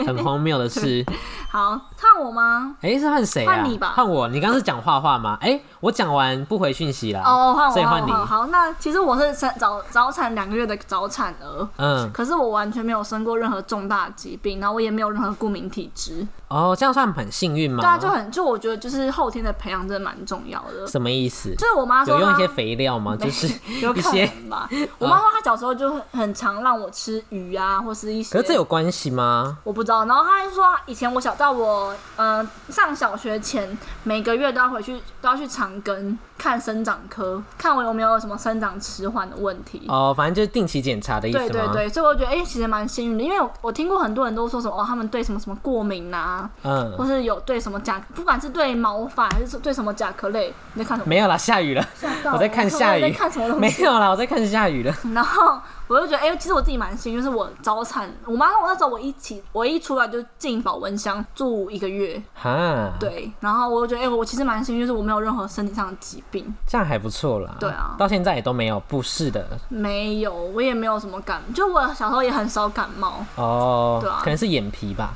S2: 很荒谬的事。
S1: 好，看我吗？
S2: 哎、是换谁啊？
S1: 换你吧
S2: 换我。你刚刚是讲画画吗？哎、我讲完不回讯息啦。
S1: 哦，换我，
S2: 所以
S1: 换
S2: 换
S1: 我，
S2: 你。
S1: 换我好，那其实我是生早早产两个月的早产儿，
S2: 嗯，
S1: 可是我完全没有生过任何重大疾病，然后我也没有任何过敏体质。
S2: 哦，这样算很幸运吗？
S1: 对啊，就很就我觉得就是后天的培养真的蛮重要的。
S2: 什么意思？
S1: 就是我妈
S2: 有
S1: 说
S2: 用一
S1: 她
S2: 些肥料吗？就是
S1: 有
S2: 一
S1: 可
S2: 些，
S1: 能吧。我妈说她小时候就很很常让我吃鱼啊，或是一些。
S2: 可是这有关系吗？
S1: 我不知道。然后他还说，以前我小到我嗯、呃上小学前，每个月都要回去都要去长庚看生长科，看我有没有什么生长迟缓的问题。
S2: 哦，反正就是定期检查的意思吗？
S1: 对对对，所以我觉得哎、诶其实蛮幸运的，因为我我听过很多人都说什么哦，他们对什么什么过敏啊，或
S2: 嗯，
S1: 是有对什么甲，不管是对毛发还是对什么甲壳类，你在看什么？
S2: 没有啦，下 雨了，
S1: 吓到
S2: 我在看
S1: 说
S2: 下
S1: 我在
S2: 雨
S1: 看什么东
S2: 没
S1: 西？
S2: 有啦，我在看下雨了。
S1: 然后我就觉得，哎、其实我自己蛮幸运，就是我早产，我妈跟我那时候我一起，我一出来就进保温箱住一个月，
S2: 哈，，
S1: 对，然后我就觉得，哎、我其实蛮幸运，就是我没有任何身体上的疾病，
S2: 这样还不错啦。
S1: 对啊
S2: 到现在也都没有不适的
S1: 没有，我也没有什么感，就我小时候也很少感冒，
S2: 哦，
S1: 对啊
S2: 可能是眼皮吧。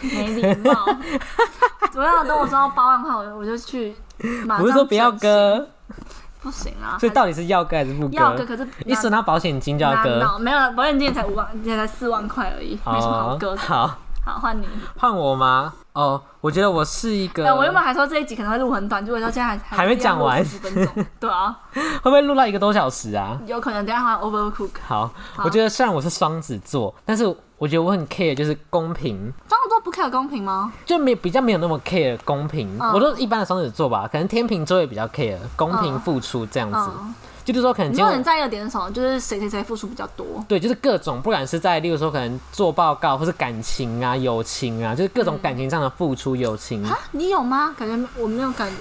S1: 没礼 貌。怎么样？等我收到八万块，我我就去。
S2: 不是说不要，割，
S1: 不行啊，
S2: 所以到底是要割还是不
S1: 要割，？
S2: 割
S1: 可是
S2: 一说到保险金就要
S1: 拿
S2: 割，
S1: 脑没有保险金也才五万，也才四万块而已，没什么好割
S2: 哦
S1: 的。
S2: 好，
S1: 好，换你。
S2: 换我吗？哦，我觉得我是一
S1: 哎、
S2: 个，
S1: 我原本还说这一集可能会录很短，结果到现在还
S2: 还没讲完
S1: 十分钟。对啊，
S2: 会不会录到一个多小时啊？
S1: 有可能等一下还 overcook。
S2: 好，我觉得虽然我是双子座，但是我觉得我很 care 就是公平，
S1: 双子座不 care 公平吗？
S2: 就没比较没有那么 care 公平。
S1: 嗯
S2: 我都一般的双子座吧，可能天秤座也比较 care 公平
S1: 嗯
S2: 付出这样子，
S1: 嗯，
S2: 就是说可能
S1: 你
S2: 今
S1: 说
S2: 天
S1: 很
S2: 我
S1: 在意的点是什么？就是谁谁谁付出比较多。
S2: 对，就是各种，不管是在例如说可能做报告，或是感情啊、友情啊，就是各
S1: 嗯
S2: 种感情上的付出、友情。
S1: 啊，你有吗？感觉我没有感觉。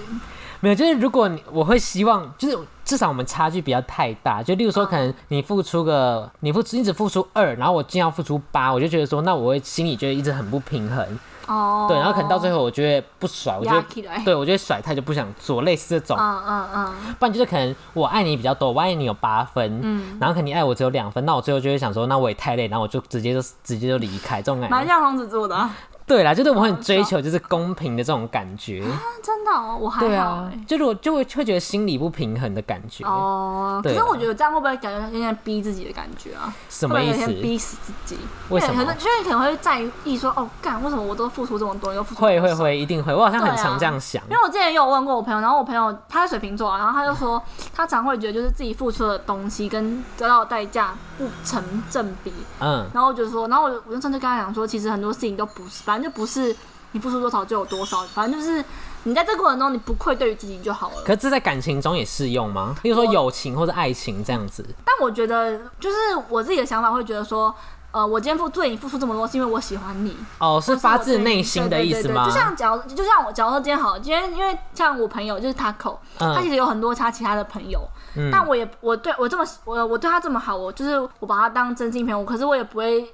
S2: 没有，就是如果你我会希望，就是至少我们差距不要太大。就例如说，
S1: 嗯
S2: 可能你付出个你付出你只付出二，然后我尽要付出八，我就觉得说，那我会心里觉得一直很不平衡。
S1: 哦，
S2: 对，然后可能到最后我就会不甩，我就
S1: 压
S2: 会
S1: 起来。
S2: 对我就会甩他，就不想做类似这种。
S1: 哦嗯嗯嗯，
S2: 不然就是可能我爱你比较多，我爱你有八分，
S1: 嗯
S2: 然后可能你爱我只有两分，那我最后就会想说，那我也太累，然后我就直接就直接就离开这种
S1: 蛮
S2: 感觉。
S1: 像双子座的、啊，
S2: 对啦，就是我
S1: 哦
S2: 很
S1: 知
S2: 追
S1: 道
S2: 求就是公平的这种感觉。
S1: 真的、哦，我还
S2: 对
S1: 好、
S2: 啊
S1: 欸。，
S2: 就是我就会会觉得心里不平衡的感觉。
S1: 哦，可
S2: 对
S1: 是
S2: 啊
S1: 我觉得这样会不会感觉有点逼自己的感觉啊？
S2: 什么意
S1: 会不会有点
S2: 思？
S1: 逼死自己？
S2: 为什么
S1: 因可能因为可能会在意说，哦，干，为什么我都付出这么多，又付出
S2: 会
S1: 这么
S2: 会
S1: 少
S2: 会，一定会。我好像很
S1: 对啊
S2: 常这样想。
S1: 因为我之前也有问过我朋友，然后我朋友他是水瓶座啊，然后他就说他常会觉得就是自己付出的东西跟得到的代价不成正比，
S2: 嗯，
S1: 然后我就说，然后我就我就上次跟他讲说，其实很多事情都不是，反正就不是你付出多少就有多少，反正就是你在这过程中你不愧对于自己就好了。
S2: 可是这在感情中也适用吗？例如说
S1: 我
S2: 友情或者爱情这样子。
S1: 但我觉得就是我自己的想法会觉得说，呃，我今天付对你付出这么多是因为我喜欢你，
S2: 哦，是发
S1: 或
S2: 自
S1: 是我对你
S2: 内心的意思
S1: 对对
S2: 吗？
S1: 对对就像假如就像我假如说今天好，今天因为像我朋友就是 Taco，、他其
S2: 嗯
S1: 实有很多他其他的朋友，
S2: 嗯
S1: 但我也我对我这么我我对他这么好，我就是我把他当真心朋友，可是我也不会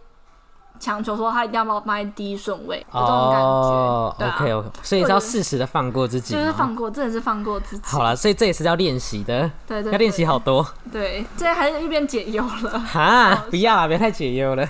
S1: 强求说他一定要把我放在第一顺位，有这种感觉，
S2: 哦
S1: 对啊
S2: ，OK OK，所以是要适时的放过自己
S1: 就
S2: 吗。
S1: 是放过，真的是放过自己。
S2: 好了，所以这也是要练习的，
S1: 对对
S2: 要练习好多
S1: 对，这还是一边解忧了。
S2: 哈，不要啊，别太解忧了。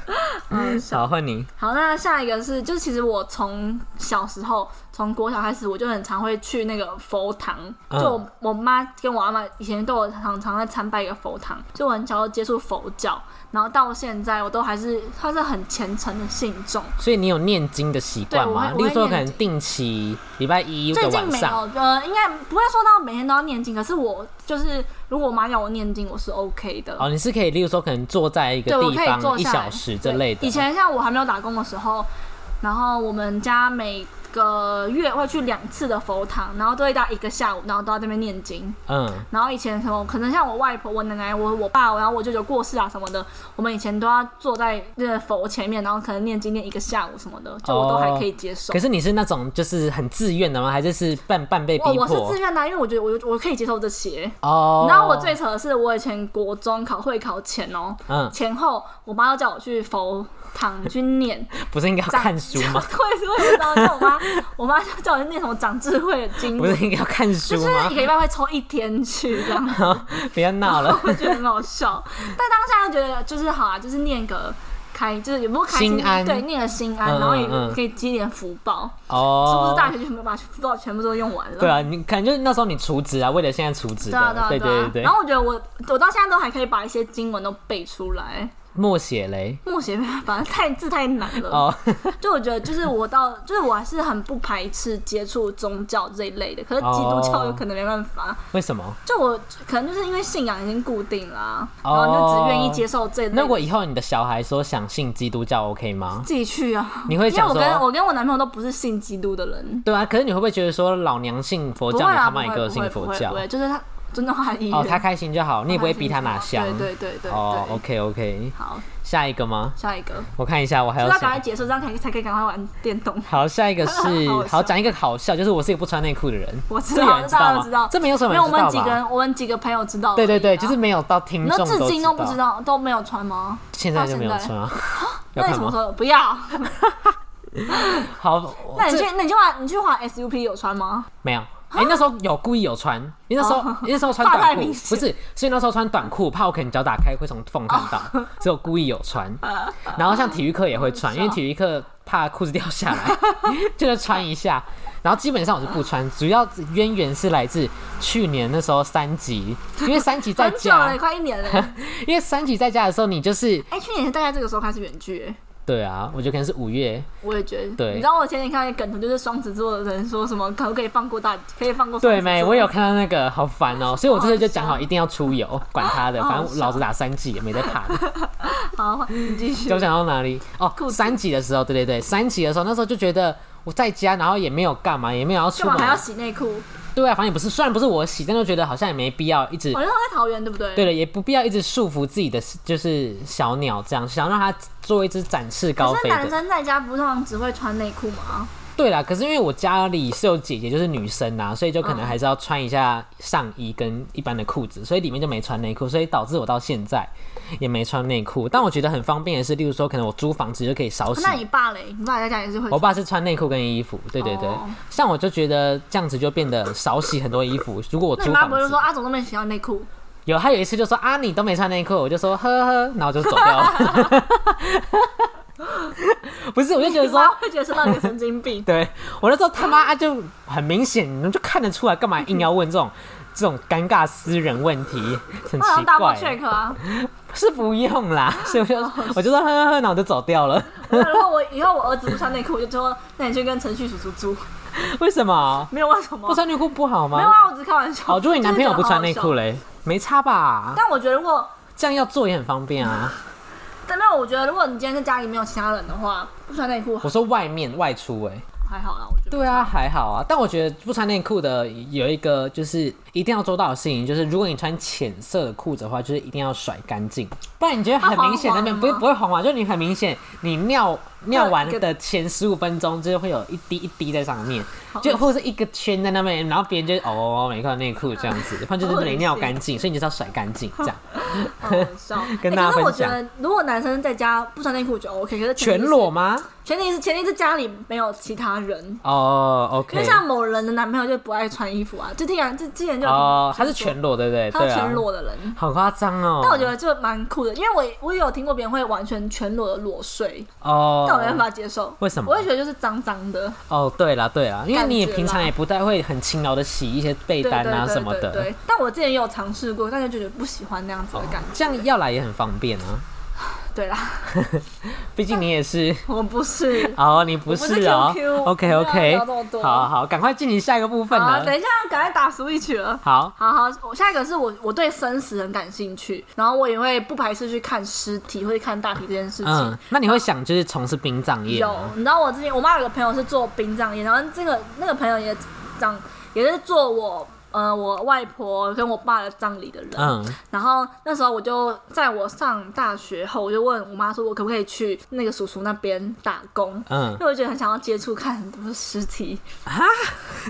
S1: 嗯，小
S2: 好，换你。
S1: 好，那下一个是，就是其实我从小时候，从国小开始，我就很常会去那个佛堂，
S2: 嗯
S1: 就我我妈跟我阿妈以前都有常常在参拜一个佛堂，就我很小就接触佛教，然后到现在我都还是算是很虔诚的信众。
S2: 所以你有念经的习惯吗？
S1: 对我会
S2: 例如说，
S1: 我会
S2: 可
S1: 念
S2: 能定期礼拜一的
S1: 最近
S2: 晚
S1: 没
S2: 上，
S1: 有，呃，应该不会说到每天都要念经，可是我就是如果我妈要我念经，我是 OK 的。
S2: 哦，你是可以，例如说，可能坐在一个
S1: 对，我
S2: 地
S1: 可以
S2: 方
S1: 坐
S2: 一
S1: 下来
S2: 小时这类的。
S1: 对以前像我还没有打工的时候，然后我们家每个月会去两次的佛堂，然后都会到一个下午，然后都在那边念经。
S2: 嗯，
S1: 然后以前什么，可能像我外婆、我奶奶、我我爸，然后我舅舅过世啊什么的，我们以前都要坐在那个佛前面，然后可能念经念一个下午什么的，就我都还可以接受。
S2: 哦可是你是那种就是很自愿的吗？还是是半半被逼
S1: 我我是
S2: 迫
S1: 自？愿的啊、因为我觉得我我可以接受这些。
S2: 哦，
S1: 你知道我最扯的是，我以前国中考会考前哦、
S2: 嗯，
S1: 前后我妈都叫我去佛堂去念，
S2: 不是应该要
S1: 长
S2: 看书吗？
S1: 对，所以我也不知道，因为我 妈，我妈就叫我念什么长智慧的经
S2: 不
S1: 文
S2: 是，应该要看 书
S1: 就是
S2: 吗
S1: 一？个礼拜会抽一天去这样，
S2: 不要 闹了，
S1: 我觉得很好 笑。但当下又觉得就是好啊，就是念个开，就是有没有开心，
S2: 心安
S1: 对，念个心安，
S2: 嗯
S1: 然后
S2: 嗯嗯
S1: 也可以积点福报，是不
S2: 哦
S1: 是？大学就没有把福报全部都用完了？
S2: 对啊，你看，就是那时候你除职啊，为了现在除职
S1: 对啊。
S2: 的
S1: 对，啊，
S2: 对
S1: 啊
S2: 对对
S1: 然，后我觉得我我到现在都还可以把一些经文都背出来，
S2: 默写嘞，
S1: 默写没 办法，太字太难了。
S2: 哦，
S1: 就我觉得，就是我到，就是我还是很不排斥接触宗教这一类的，可是基督
S2: 哦
S1: 教有可能没办法。
S2: 为什么？
S1: 就我可能就是因为信仰已经固定啦，
S2: 哦
S1: 然后就只愿意接受这一类的。
S2: 那如果以后你的小孩说想信基督教，OK 吗？
S1: 自己去啊，
S2: 你会
S1: 因为
S2: 想
S1: 我跟
S2: 说，
S1: 我跟我男朋友都不是信基督的人，
S2: 对啊，可是你会不会觉得说老娘信佛
S1: 不会
S2: 教，你
S1: 啊，
S2: 他
S1: 不
S2: 妈
S1: 会
S2: 一
S1: 不
S2: 个
S1: 会
S2: 信
S1: 不
S2: 佛
S1: 会
S2: 教
S1: 不？会，就是他尊重他的意愿。
S2: 哦，他开心就好，你也不会
S1: 他
S2: 逼他拿
S1: 信
S2: 香。
S1: 什么对对对对
S2: 哦
S1: 对。
S2: ，OK OK，
S1: 好，
S2: 下一个吗？
S1: 下一个，
S2: 我看一下，我还
S1: 就
S2: 有
S1: 要赶快
S2: 想。
S1: 结束，这样才才可以赶快玩电动。
S2: 好，下一个是
S1: 好好笑
S2: 好讲一个好笑，就是我是一个不穿内裤的人，
S1: 我知
S2: 这有
S1: 道，
S2: 人知
S1: 大家
S2: 道
S1: 都知道
S2: 吗？，这没有什么
S1: 没有我
S2: 人知
S1: 们
S2: 道
S1: 几个
S2: 吧？
S1: 人，我们几个朋友知道而已啊。
S2: 对对对，就是没有到听
S1: 你
S2: 众
S1: 都
S2: 都
S1: 至今都不知
S2: 知道，
S1: 道都没有穿吗？
S2: 现在就没有
S1: 到现在
S2: 穿啊， 要
S1: 那你
S2: 看
S1: 什么时
S2: 吗？
S1: 候不要？
S2: 好，我
S1: 那你
S2: 这
S1: 去，那你去滑，你去滑 SUP 有穿吗？
S2: 没有。哎、那时候有故意有穿，因为那时候、
S1: 啊哦
S2: 因为那时候 穿
S1: 怕
S2: 短
S1: 太
S2: 裤，
S1: 明
S2: 不
S1: 显
S2: 是，所以那时候穿短裤，怕我可能脚打开会从缝看 到，所以我故意有穿。
S1: 啊
S2: 然后像体育课也会穿，因为体育课怕裤子掉下 来，就是穿一下。然后基本上我是不穿，主要渊源是来自去年那时候三级，因为三级 在
S1: 很久了，
S2: 家，
S1: 快一年了。
S2: 因为三级在家的时候，你就是
S1: 哎、去年大概这个时候开始远距、哎
S2: 对啊，我觉得可能是五月，
S1: 我也觉得。
S2: 对
S1: 你知道我前几天看到一个梗图，就是双子座的人说什么可不可以放过大，可以放过双子
S2: 对
S1: 座
S2: 没，我有。看到那个，好烦哦、所以我这次就讲
S1: 好
S2: 好
S1: 好
S2: 一定要出游，管他的，
S1: 好好
S2: 反正老子打三级也没在怕的。
S1: 好，你继 续。
S2: 就讲到哪里？哦
S1: 裤，子
S2: 三级的时候，对对对，三级的时候，那时候就觉得我在家，然后也没有干嘛，也没有要
S1: 干
S2: 出
S1: 嘛
S2: 门
S1: 还，要洗内裤？我
S2: 对啊，反正也不是，虽然不是我洗，但就觉得好像也没必要一直，
S1: 那时候在桃园，对不对？
S2: 对了，也不必要一直束缚自己的，就是小鸟这样，想让它做一只展翅高
S1: 可
S2: 飞
S1: 是男
S2: 的。
S1: 生在家不是通常只会穿内裤吗？
S2: 对啦，可是因为我家里是有姐姐，就是女生啊，所以就可能还是要穿一下上衣跟一般的裤子，所以里面就没穿内裤，所以导致我到现在也没穿内裤。但我觉得很方便的是，例如说，可能我租房子就可以少洗
S1: 哦那你爸嘞？你爸在家也是会
S2: 我爸是穿内裤跟衣服，对对对。
S1: 哦
S2: 像我就觉得这样子就变得少洗很多 衣服。如果我
S1: 那你
S2: 租
S1: 妈
S2: 房
S1: 不是
S2: 子
S1: 说，阿总都没洗到内裤？
S2: 有他有一次就说啊你都没穿内裤，我就说呵呵，然后我就走掉了。 不是，我就觉得
S1: 你妈
S2: 说，。
S1: 会觉得是那个神经病
S2: 对我那时候他妈啊就很明显，你们就看得出来，干嘛硬要问 这种这种尴尬私人问题，很
S1: 那
S2: 奇
S1: 要大波
S2: 怪。欸
S1: check 哦啊！
S2: 是不用啦，所 以我就我就说呵呵呵，然后我就走掉了。
S1: 那如果我以啊后我儿子不穿内裤，我就说，那你去跟程序叔叔 租，
S2: 为什么
S1: 没有为什么
S2: 不？穿内裤不好吗？
S1: 哦没有啊，我只是开玩笑。
S2: 哦，如果你男朋友不穿内裤
S1: 了，
S2: 嘞，没差吧？
S1: 但我觉得如果，
S2: 这样要做也很方便啊。
S1: 但没有，我觉得如果你今天在家里没有其他人的话，不穿内裤
S2: 我说外面外出哎、欸，
S1: 还好啦，我觉得。
S2: 对啊，还好啊。但我觉得不穿内裤的有一个就是一定要做到的事情，就是如果你穿浅色的裤子的话，就是一定要甩干净，不然你觉得很明显那边
S1: 它
S2: 不
S1: 滑滑
S2: 是
S1: 吗
S2: 不会滑滑，就是你很明显你尿尿完
S1: 会有一个
S2: 的前十五分钟，就是会有一滴一滴在上面
S1: 好，
S2: 就或者是一个圈在那边，然后别人就哦没看内裤这样子，反正就是没尿干净，所以你就是要甩干净这样。
S1: 好 笑。
S2: 跟
S1: 欸
S2: 大家
S1: 可是我
S2: 分
S1: 觉
S2: 享
S1: 得，如果男生在家不穿内裤就 OK，可是前提
S2: 全
S1: 是
S2: 裸，吗？
S1: 前提是前提是家里没有其他人。
S2: 哦
S1: 因为
S2: ，OK，
S1: 像某人的男朋友就不爱穿衣服啊，就听然这之前就有
S2: 哦，
S1: 听
S2: 他是
S1: 听说
S2: 全裸对不对？
S1: 他
S2: 对
S1: 是
S2: 啊
S1: 全，裸的人，
S2: 好夸张哦。
S1: 但我觉得就蛮酷的，因为我也我也有听过别人会完全全裸的裸睡，但我没办
S2: 哦，
S1: 法接受。
S2: 为什么
S1: 我会觉得就是脏脏的，
S2: 哦，对啦对啦，因为你
S1: 感
S2: 也
S1: 觉啦
S2: 平常也不太会很勤劳的洗一些被
S1: 对
S2: 单
S1: 对
S2: 啊
S1: 对
S2: 什么
S1: 对
S2: 的。
S1: 对，但我之前也有尝试过，但就觉得不喜欢那样子的感觉。
S2: 这样要来也很方便啊，
S1: 对啦，
S2: 毕竟你也是。
S1: 我不是。
S2: 哦，你不
S1: 我不是
S2: 是哦
S1: QQ
S2: ，OK
S1: 不要
S2: OK，
S1: 聊这么多
S2: 好好，赶快进行下一个部分
S1: 好，
S2: 了
S1: 等。一下，赶快打 Switch 了。
S2: 好，
S1: 好好，我下一个是我我对生死很感兴趣，然后我也会不排斥去看尸体或者看大体这件事情。
S2: 嗯，那你会想就是从事殡葬业
S1: 有
S2: 吗？，
S1: 你知道我之前我妈有个朋友是做殡葬业，然后这个那个朋友也葬也是做我呃我外婆跟我爸的葬礼的人。
S2: 嗯，
S1: 然后那时候我就在我上大学后，我就问我妈说，我可不可以去那个叔叔那边打工？
S2: 嗯
S1: 因，为我觉得很想要接触看很多尸体，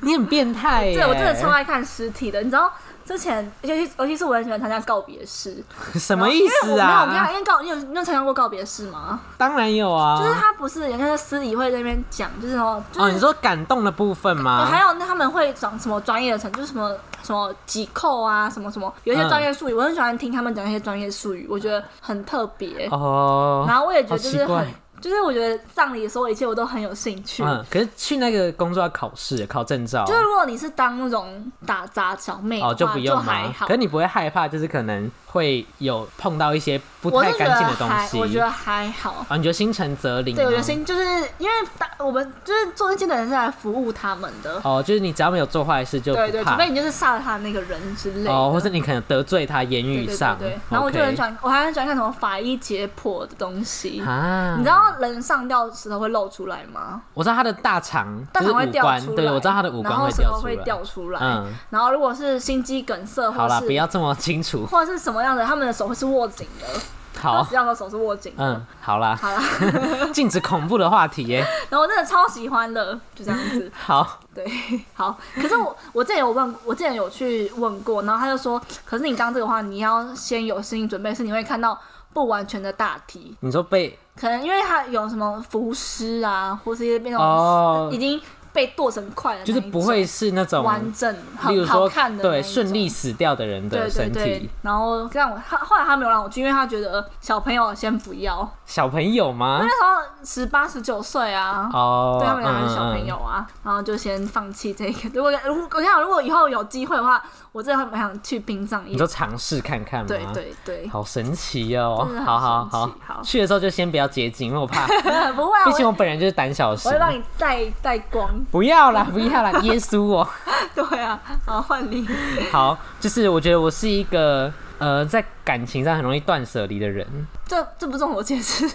S2: 你很变态耶！
S1: 对我真的超爱看尸体的。你知道之前，尤其尤其是我很喜欢参加告别式，
S2: 什
S1: 然
S2: 么
S1: 后
S2: 意
S1: 因为
S2: 思
S1: 我没有，没有，
S2: 啊？
S1: 因为告你有你有参加过告别式吗？
S2: 当然有
S1: 就是
S2: 啊。
S1: 他不是人家在司仪会在那边讲，就是哦，就是、
S2: 哦，你说啊感动的部分
S1: 呃还
S2: 吗？
S1: 有那他们会讲什么专业的程，就是什么什么几扣啊，什么什么，有一些
S2: 嗯
S1: 专业术语，我很喜欢听他们讲一些专业术语，我觉得很特别。
S2: 哦，
S1: 然后我也觉得就
S2: 好
S1: 是
S2: 奇怪
S1: 很，就是我觉得葬礼的所有一切我都很有兴趣。
S2: 嗯，可是去那个工作要考试，考证照
S1: 就是如果你是当那种打杂小妹的话，
S2: 哦，就不用
S1: 还
S2: 吗？
S1: 好
S2: 可。是你不会害怕，就是可能会有碰到一些不
S1: 我
S2: 太
S1: 是觉得
S2: 干净的东
S1: 还，我觉
S2: 西
S1: 得。还好。
S2: 啊，你觉得心诚则灵吗？
S1: 对，我觉得心就是因为打我们就是做那些的人是来服务他们的，
S2: 哦，就是你只要没有做坏事就不
S1: 对对，除
S2: 怕
S1: 非你就是杀了他那个人之类的。
S2: 哦，或者你可能得罪他言
S1: 对
S2: 语
S1: 对
S2: 上，
S1: 对对然后我就很喜
S2: OK
S1: 欢，我还很喜欢看什么法医解剖的东西。
S2: 啊，
S1: 你知道人上吊石头会露出来吗？
S2: 我知道他的大肠，
S1: 大肠
S2: 就是
S1: 会
S2: 五
S1: 掉
S2: 官
S1: 出来，
S2: 对我知道他的
S1: 然
S2: 五官
S1: 后
S2: 会
S1: 舌
S2: 掉
S1: 头
S2: 出
S1: 会
S2: 来。
S1: 掉出来。
S2: 嗯
S1: 然后如果是心肌梗塞，
S2: 好
S1: 或
S2: 啦，
S1: 是
S2: 不要这么清 楚。
S1: 或者是什么样的，他们的手会是握紧的。他
S2: 好
S1: 们，死掉的手是握紧的。
S2: 嗯，好啦，
S1: 好啦，
S2: 禁止恐怖的话题耶。
S1: 然后我真的超喜欢的，就这样子。
S2: 好，
S1: 对， 好。可是我我之前有问，我之前有去问过，然后他就说，可是你刚这个话，你要先有心理准备，是你会看到不完全的大体，
S2: 你说被
S1: 可能因为它有什么浮尸啊，或是一些那种、
S2: 哦
S1: 已，经被剁成块的那一
S2: 就
S1: 种，
S2: 是不会是那种，
S1: 完整、
S2: 例
S1: 很
S2: 如
S1: 好
S2: 说
S1: 看的那一
S2: 对
S1: 种
S2: 顺利。死掉的人
S1: 对
S2: 的
S1: 对
S2: 身
S1: 对
S2: 体，，
S1: 然后让我他后来他没有让我去，因为他觉得小朋友先不要。
S2: 小朋友吗？
S1: 那时候十八十九岁啊，
S2: 哦，
S1: 对他们俩还是小
S2: 嗯
S1: 朋友，啊，然后就先放弃这个。如果如果我跟你讲，如果以后有机会的话，我真的很想去殡葬
S2: 嗯你
S1: 业
S2: 说。尝试看看吗？
S1: 对。对对，
S2: 好神奇哦
S1: 真的！很
S2: 好好
S1: 神
S2: 好
S1: 奇好
S2: 去的时候就先不要接近，因为我 怕，
S1: 不会啊，
S2: 毕竟
S1: 我
S2: 我本人就是胆小
S1: 我
S2: 型
S1: 会。帮你带带光。
S2: 不要啦，不要啦， 耶稣哦！
S1: 对啊，好换你。
S2: 好，就是我觉得我是一个呃，在感情上很容易断舍离的人，
S1: 这这不众所皆 知，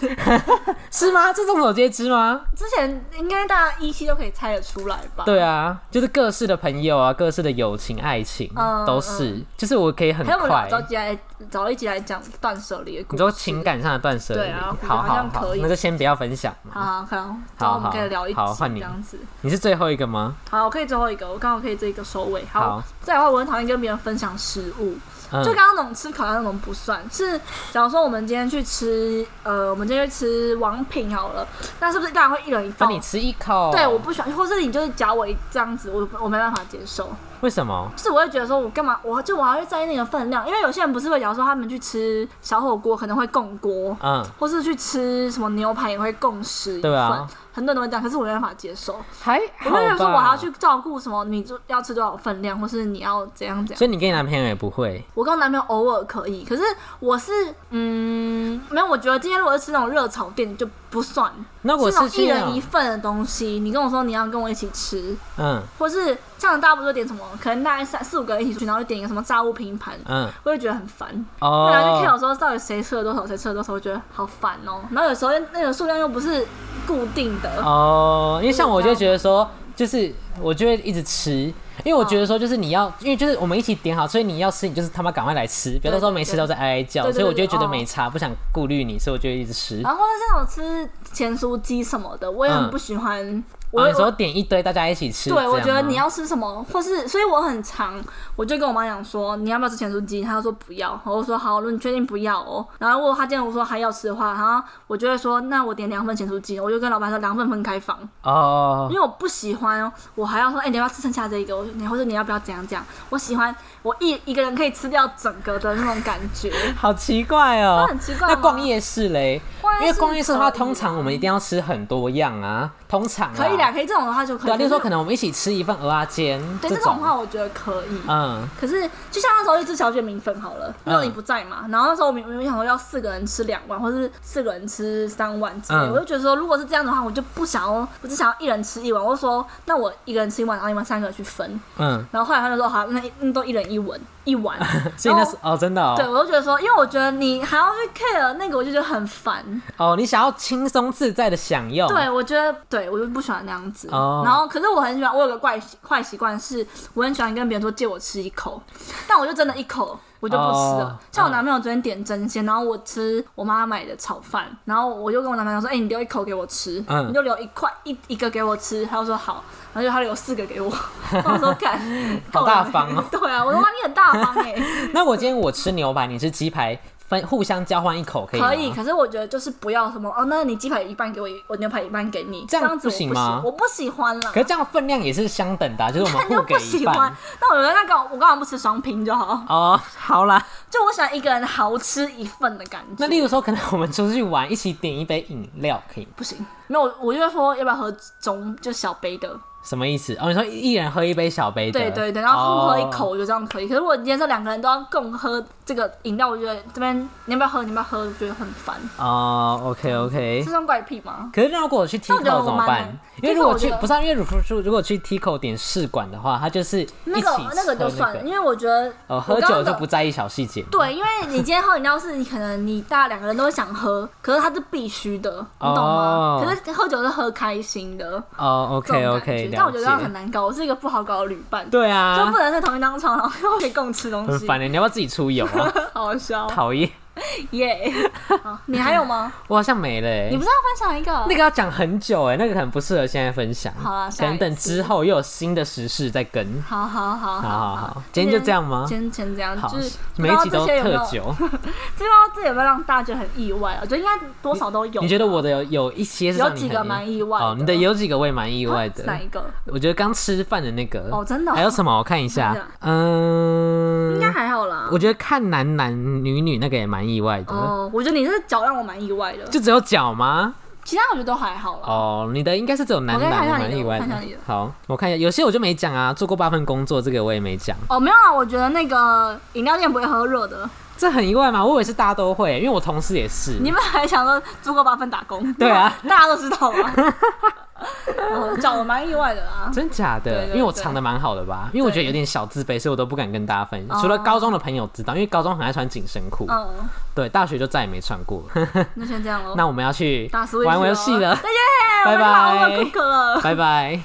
S2: 是吗？这众所皆知吗？
S1: 之前应该大家依稀都可以猜得出来吧？
S2: 对啊，就是各式的朋友啊，各式的友情、爱情、
S1: 嗯
S2: 都是，就是我可以很
S1: 还有我们
S2: 快
S1: 找，集来找一集来讲断舍离的故
S2: 你
S1: 事。
S2: 说情感上的断舍
S1: 对
S2: 离，
S1: 啊我觉得
S2: 好
S1: 好
S2: 好
S1: 像
S2: 好
S1: 可以，
S2: 那就先不要分享嘛。
S1: 好好，可能之后
S2: 好
S1: 我们可以聊一集
S2: 好好换
S1: 这
S2: 你
S1: 样子。
S2: 你是最后一个吗？
S1: 好，我可以最后一个，我刚好可以这一个收尾。
S2: 好，
S1: 再来的话，我很讨厌跟别人分享食物，
S2: 嗯
S1: 就刚刚那种吃烤鸭那种不算。是，假如说我们今天去吃，呃，我们今天去吃王品好了，那是不是当然会一人一
S2: 那
S1: 份？
S2: 你吃一哦口，
S1: 对，我不喜欢，或是你就是夹我一这样子，我我没办法接受。
S2: 为什么？
S1: 就是我会觉得说，我干嘛，我就我还会在意那个分量，因为有些人不是会，假如说他们去吃小火锅可能会共锅，
S2: 嗯，
S1: 或是去吃什么牛排也会共食一份，
S2: 对啊
S1: 很多人都会这样，可是我没办法接受，
S2: 还
S1: 我
S2: 好
S1: 就觉得
S2: 吧。
S1: 说我还要去，照顾什么，你就要吃多少分量，或是你要怎样怎样。
S2: 所以你跟你男朋友也不会
S1: 我跟我男朋友偶尔可以，可是我是嗯，没有，我觉得今天如果是吃那种热炒店就不算，
S2: 那我
S1: 是那
S2: 是
S1: 种一
S2: 去那种
S1: 人一份的东西，你跟我说你要跟我一起吃，
S2: 嗯
S1: 或是像大家不是会点什么，可能大概三四五个人一起去，然后就点一个什么炸物拼盘，
S2: 嗯
S1: 我就觉得很烦。
S2: 哦，
S1: 对啊，就看有时候到底谁吃了多少，谁吃了多少，我觉得好烦哦、然后有时候那个数量又不是固定的，
S2: 哦哦，因为像我就觉得说，就是我就会一直吃，因为我觉得说就是你要，因为就是我们一起点好，所以你要吃，你就是他妈赶快来吃，不要到时候没吃到再哀哀叫。
S1: 对对对
S2: 所以我就会觉得
S1: 哦
S2: 没差，不想顾虑你，所以我就一直吃。
S1: 然后或者是那种吃咸酥鸡什么的，我也很不喜欢。我
S2: 我有时候
S1: 我
S2: 哦点一堆，大家一起吃。
S1: 对我
S2: 这样
S1: 觉得
S2: 吗
S1: 你要吃什么，或是所以我很常，我就跟我妈讲说你要不要吃咸酥鸡，她就说不要，我就说好，如果你确定不要哦。然后如果她今天我说还要吃的话，然后我就会说那我点两份咸酥鸡，我就跟老板说两份分开放，
S2: 哦
S1: 因为我不喜欢，我还要说，哎、你要不要吃剩下这一个？我你或者你要不要怎样怎样？我喜欢我一一个人可以吃掉整个的那种感觉。
S2: 好奇怪哦，
S1: 那很奇怪吗
S2: 那逛夜市嘞，
S1: 逛夜市
S2: 因为逛夜市的话，
S1: 可以
S2: 通常我们一定要吃很多样啊，通常啊
S1: 可以啦，。可以这种的话就可以。
S2: 对啊，例如说可
S1: 能
S2: 能我们一起吃一份鹅啊煎
S1: 对这种的话，我觉得可以。
S2: 嗯，
S1: 可是就像那时候一只小卷米粉好了，因为你不在嘛，然后那时候我们我们想说要四个人吃两碗，或是四个人吃三碗之类，
S2: 嗯
S1: 我就觉得说如果是这样的话，我就不想要，我只想要一人吃一碗，我就说那我一个人吃一碗，然后你们三个人去分。
S2: 嗯，，
S1: 然后后来他就说好，那那都一人一碗一碗
S2: 所以那
S1: 然后
S2: 是哦，真的哦，
S1: 对，我就觉得说，因为我觉得你还要去 care 那个，我就觉得很烦。
S2: 哦，你想要轻松自在的享用，
S1: 对，我觉得对我就不喜欢那样子。
S2: 哦
S1: 然后，可是我很喜欢，我有个怪习坏习惯是，我很喜欢跟别人说借我吃一口， 但我就真的一口我就不吃了。
S2: 哦
S1: 像我男朋友昨天点蒸鲜，然后我吃我妈买的炒饭，然后我就跟我男朋友说：“哎、你留一口给我吃，
S2: 嗯
S1: 你就留一块一一个给我吃。”他就说好，然后就他留四个给我， 我说看，
S2: 好
S1: 够了
S2: 大
S1: 没
S2: 方哦
S1: 对啊，我说哇，你很大方哎、
S2: 那我今天我吃牛排，你吃鸡排，分互相交换一口可以吗？
S1: 可以，可是我觉得就是不要什么哦，那你鸡排一半给我，我牛排一半给你，
S2: 这
S1: 这
S2: 样
S1: 子
S2: 不行
S1: 我不
S2: 吗
S1: 喜我不喜欢啦
S2: 可。是这样分量也是相等的啊、就是我们
S1: 你就
S2: 互给
S1: 不
S2: 一
S1: 喜欢
S2: 半。，
S1: 那我觉得那个我刚好不吃双拼就好，
S2: 哦，好啦，
S1: 就我喜欢一个人豪吃一份的感觉。
S2: 那例如说，可能我们出去玩，一起点一杯饮料，可以吗
S1: 不行，没有，我就会说要不要喝中就小杯的，
S2: 什么意思？哦，你说一人喝一杯小杯的，
S1: 对对对，然后互喝一口，
S2: 哦
S1: 我觉得这样可以。可是如果今天这两个人都要共喝这个饮料，我觉得这边你要不要喝，你要不要喝，我觉得很烦，
S2: 哦，OK OK
S1: 这。算怪癖吗？
S2: 可是那如果我去
S1: 那
S2: Tico
S1: 我觉得
S2: 怎么
S1: 我蛮
S2: 办
S1: 能？
S2: 因为如果
S1: Tico 我觉
S2: 去
S1: 得
S2: 不是啊、因为如果如果去 Tico 点试管的话，它就是一起
S1: 那个那个就
S2: 喝
S1: 算了，因为我觉得
S2: 哦，
S1: 我
S2: 喝
S1: 刚
S2: 酒
S1: 刚
S2: 就
S1: 的
S2: 不在意小细节。
S1: 对，因为你今天喝饮料是你可能你大家两个人都会想喝， 可是它是必须的，你懂吗
S2: 哦
S1: 可是喝酒是喝开心的
S2: 哦
S1: 这
S2: ，OK
S1: 种感
S2: OK，
S1: 觉，但我觉得这样很
S2: 难。
S1: 难搞，我是一个不好搞的旅伴，
S2: 对啊，
S1: 就不能在同一张床，然后又可以共吃东
S2: 很
S1: 西，
S2: 烦欸的、你要不要自己出游啊？
S1: 好笑，
S2: 讨厌，
S1: 耶、好你还有 吗？
S2: 我好像没了、欸。
S1: 你不是要分享一个？
S2: 那个要讲很久哎、那个可能不适合现在分享。
S1: 好啦
S2: 可
S1: 下一
S2: 能
S1: 次
S2: 等之后又有新的时事再跟。
S1: 好好好
S2: 好
S1: 好
S2: 好好，今天就这样吗？
S1: 先先这样，
S2: 好
S1: 就是，
S2: 每一
S1: 不
S2: 集
S1: 知道
S2: 都
S1: 这些有没有
S2: 特，酒。
S1: 不知道这有没有让大家觉得很意外？啊我觉得应该多少都有。
S2: 你觉得我的有有一些是
S1: 有
S2: 让你
S1: 几
S2: 很
S1: 个蛮意外的？
S2: 哦，你的有几个我也蛮意
S1: 意
S2: 外
S1: 哪
S2: 的。
S1: 一个？
S2: 我觉得刚吃饭的那个
S1: 哦真的哦
S2: 还有什么？我看一下
S1: 真的，应该
S2: 嗯，
S1: 还好啦。
S2: 我觉得看男男女女那个也蛮意外的，
S1: 哦，我觉得你这脚让我蛮意外的，
S2: 嗯就只有脚吗？
S1: 其他我觉得都还好啦。
S2: 哦，你的应该是只有男
S1: 我再
S2: 男，
S1: 看一下
S2: 我蛮
S1: 你的
S2: 意
S1: 我
S2: 外
S1: 看一下你的
S2: 好，我看一下，有些我就没讲啊，做过八份工作这个我也没讲。
S1: 哦，没有啦，我觉得那个饮料店不会喝热的。
S2: 这很意外吗？我以为是大家都会，因为我同事也是。
S1: 你们还想说租过八分打工？
S2: 对啊，
S1: 大家都知道 啊。哦，脚我蛮意外的啦。
S2: 真假的？
S1: 对对对
S2: 因为我藏的蛮好的吧，因为我觉得有点小自卑，所以我都不敢跟大家
S1: 哦
S2: 分享。除了高中的朋友知道，因为高中很爱穿紧身裤，
S1: 嗯，
S2: 对，大学就再也没穿过。
S1: 那先这样喽。哎
S2: 那我们要去
S1: 打 Switch
S2: 玩游戏了
S1: 咯，再见，
S2: 拜拜
S1: 我们打我们酷哥了。
S2: 拜拜。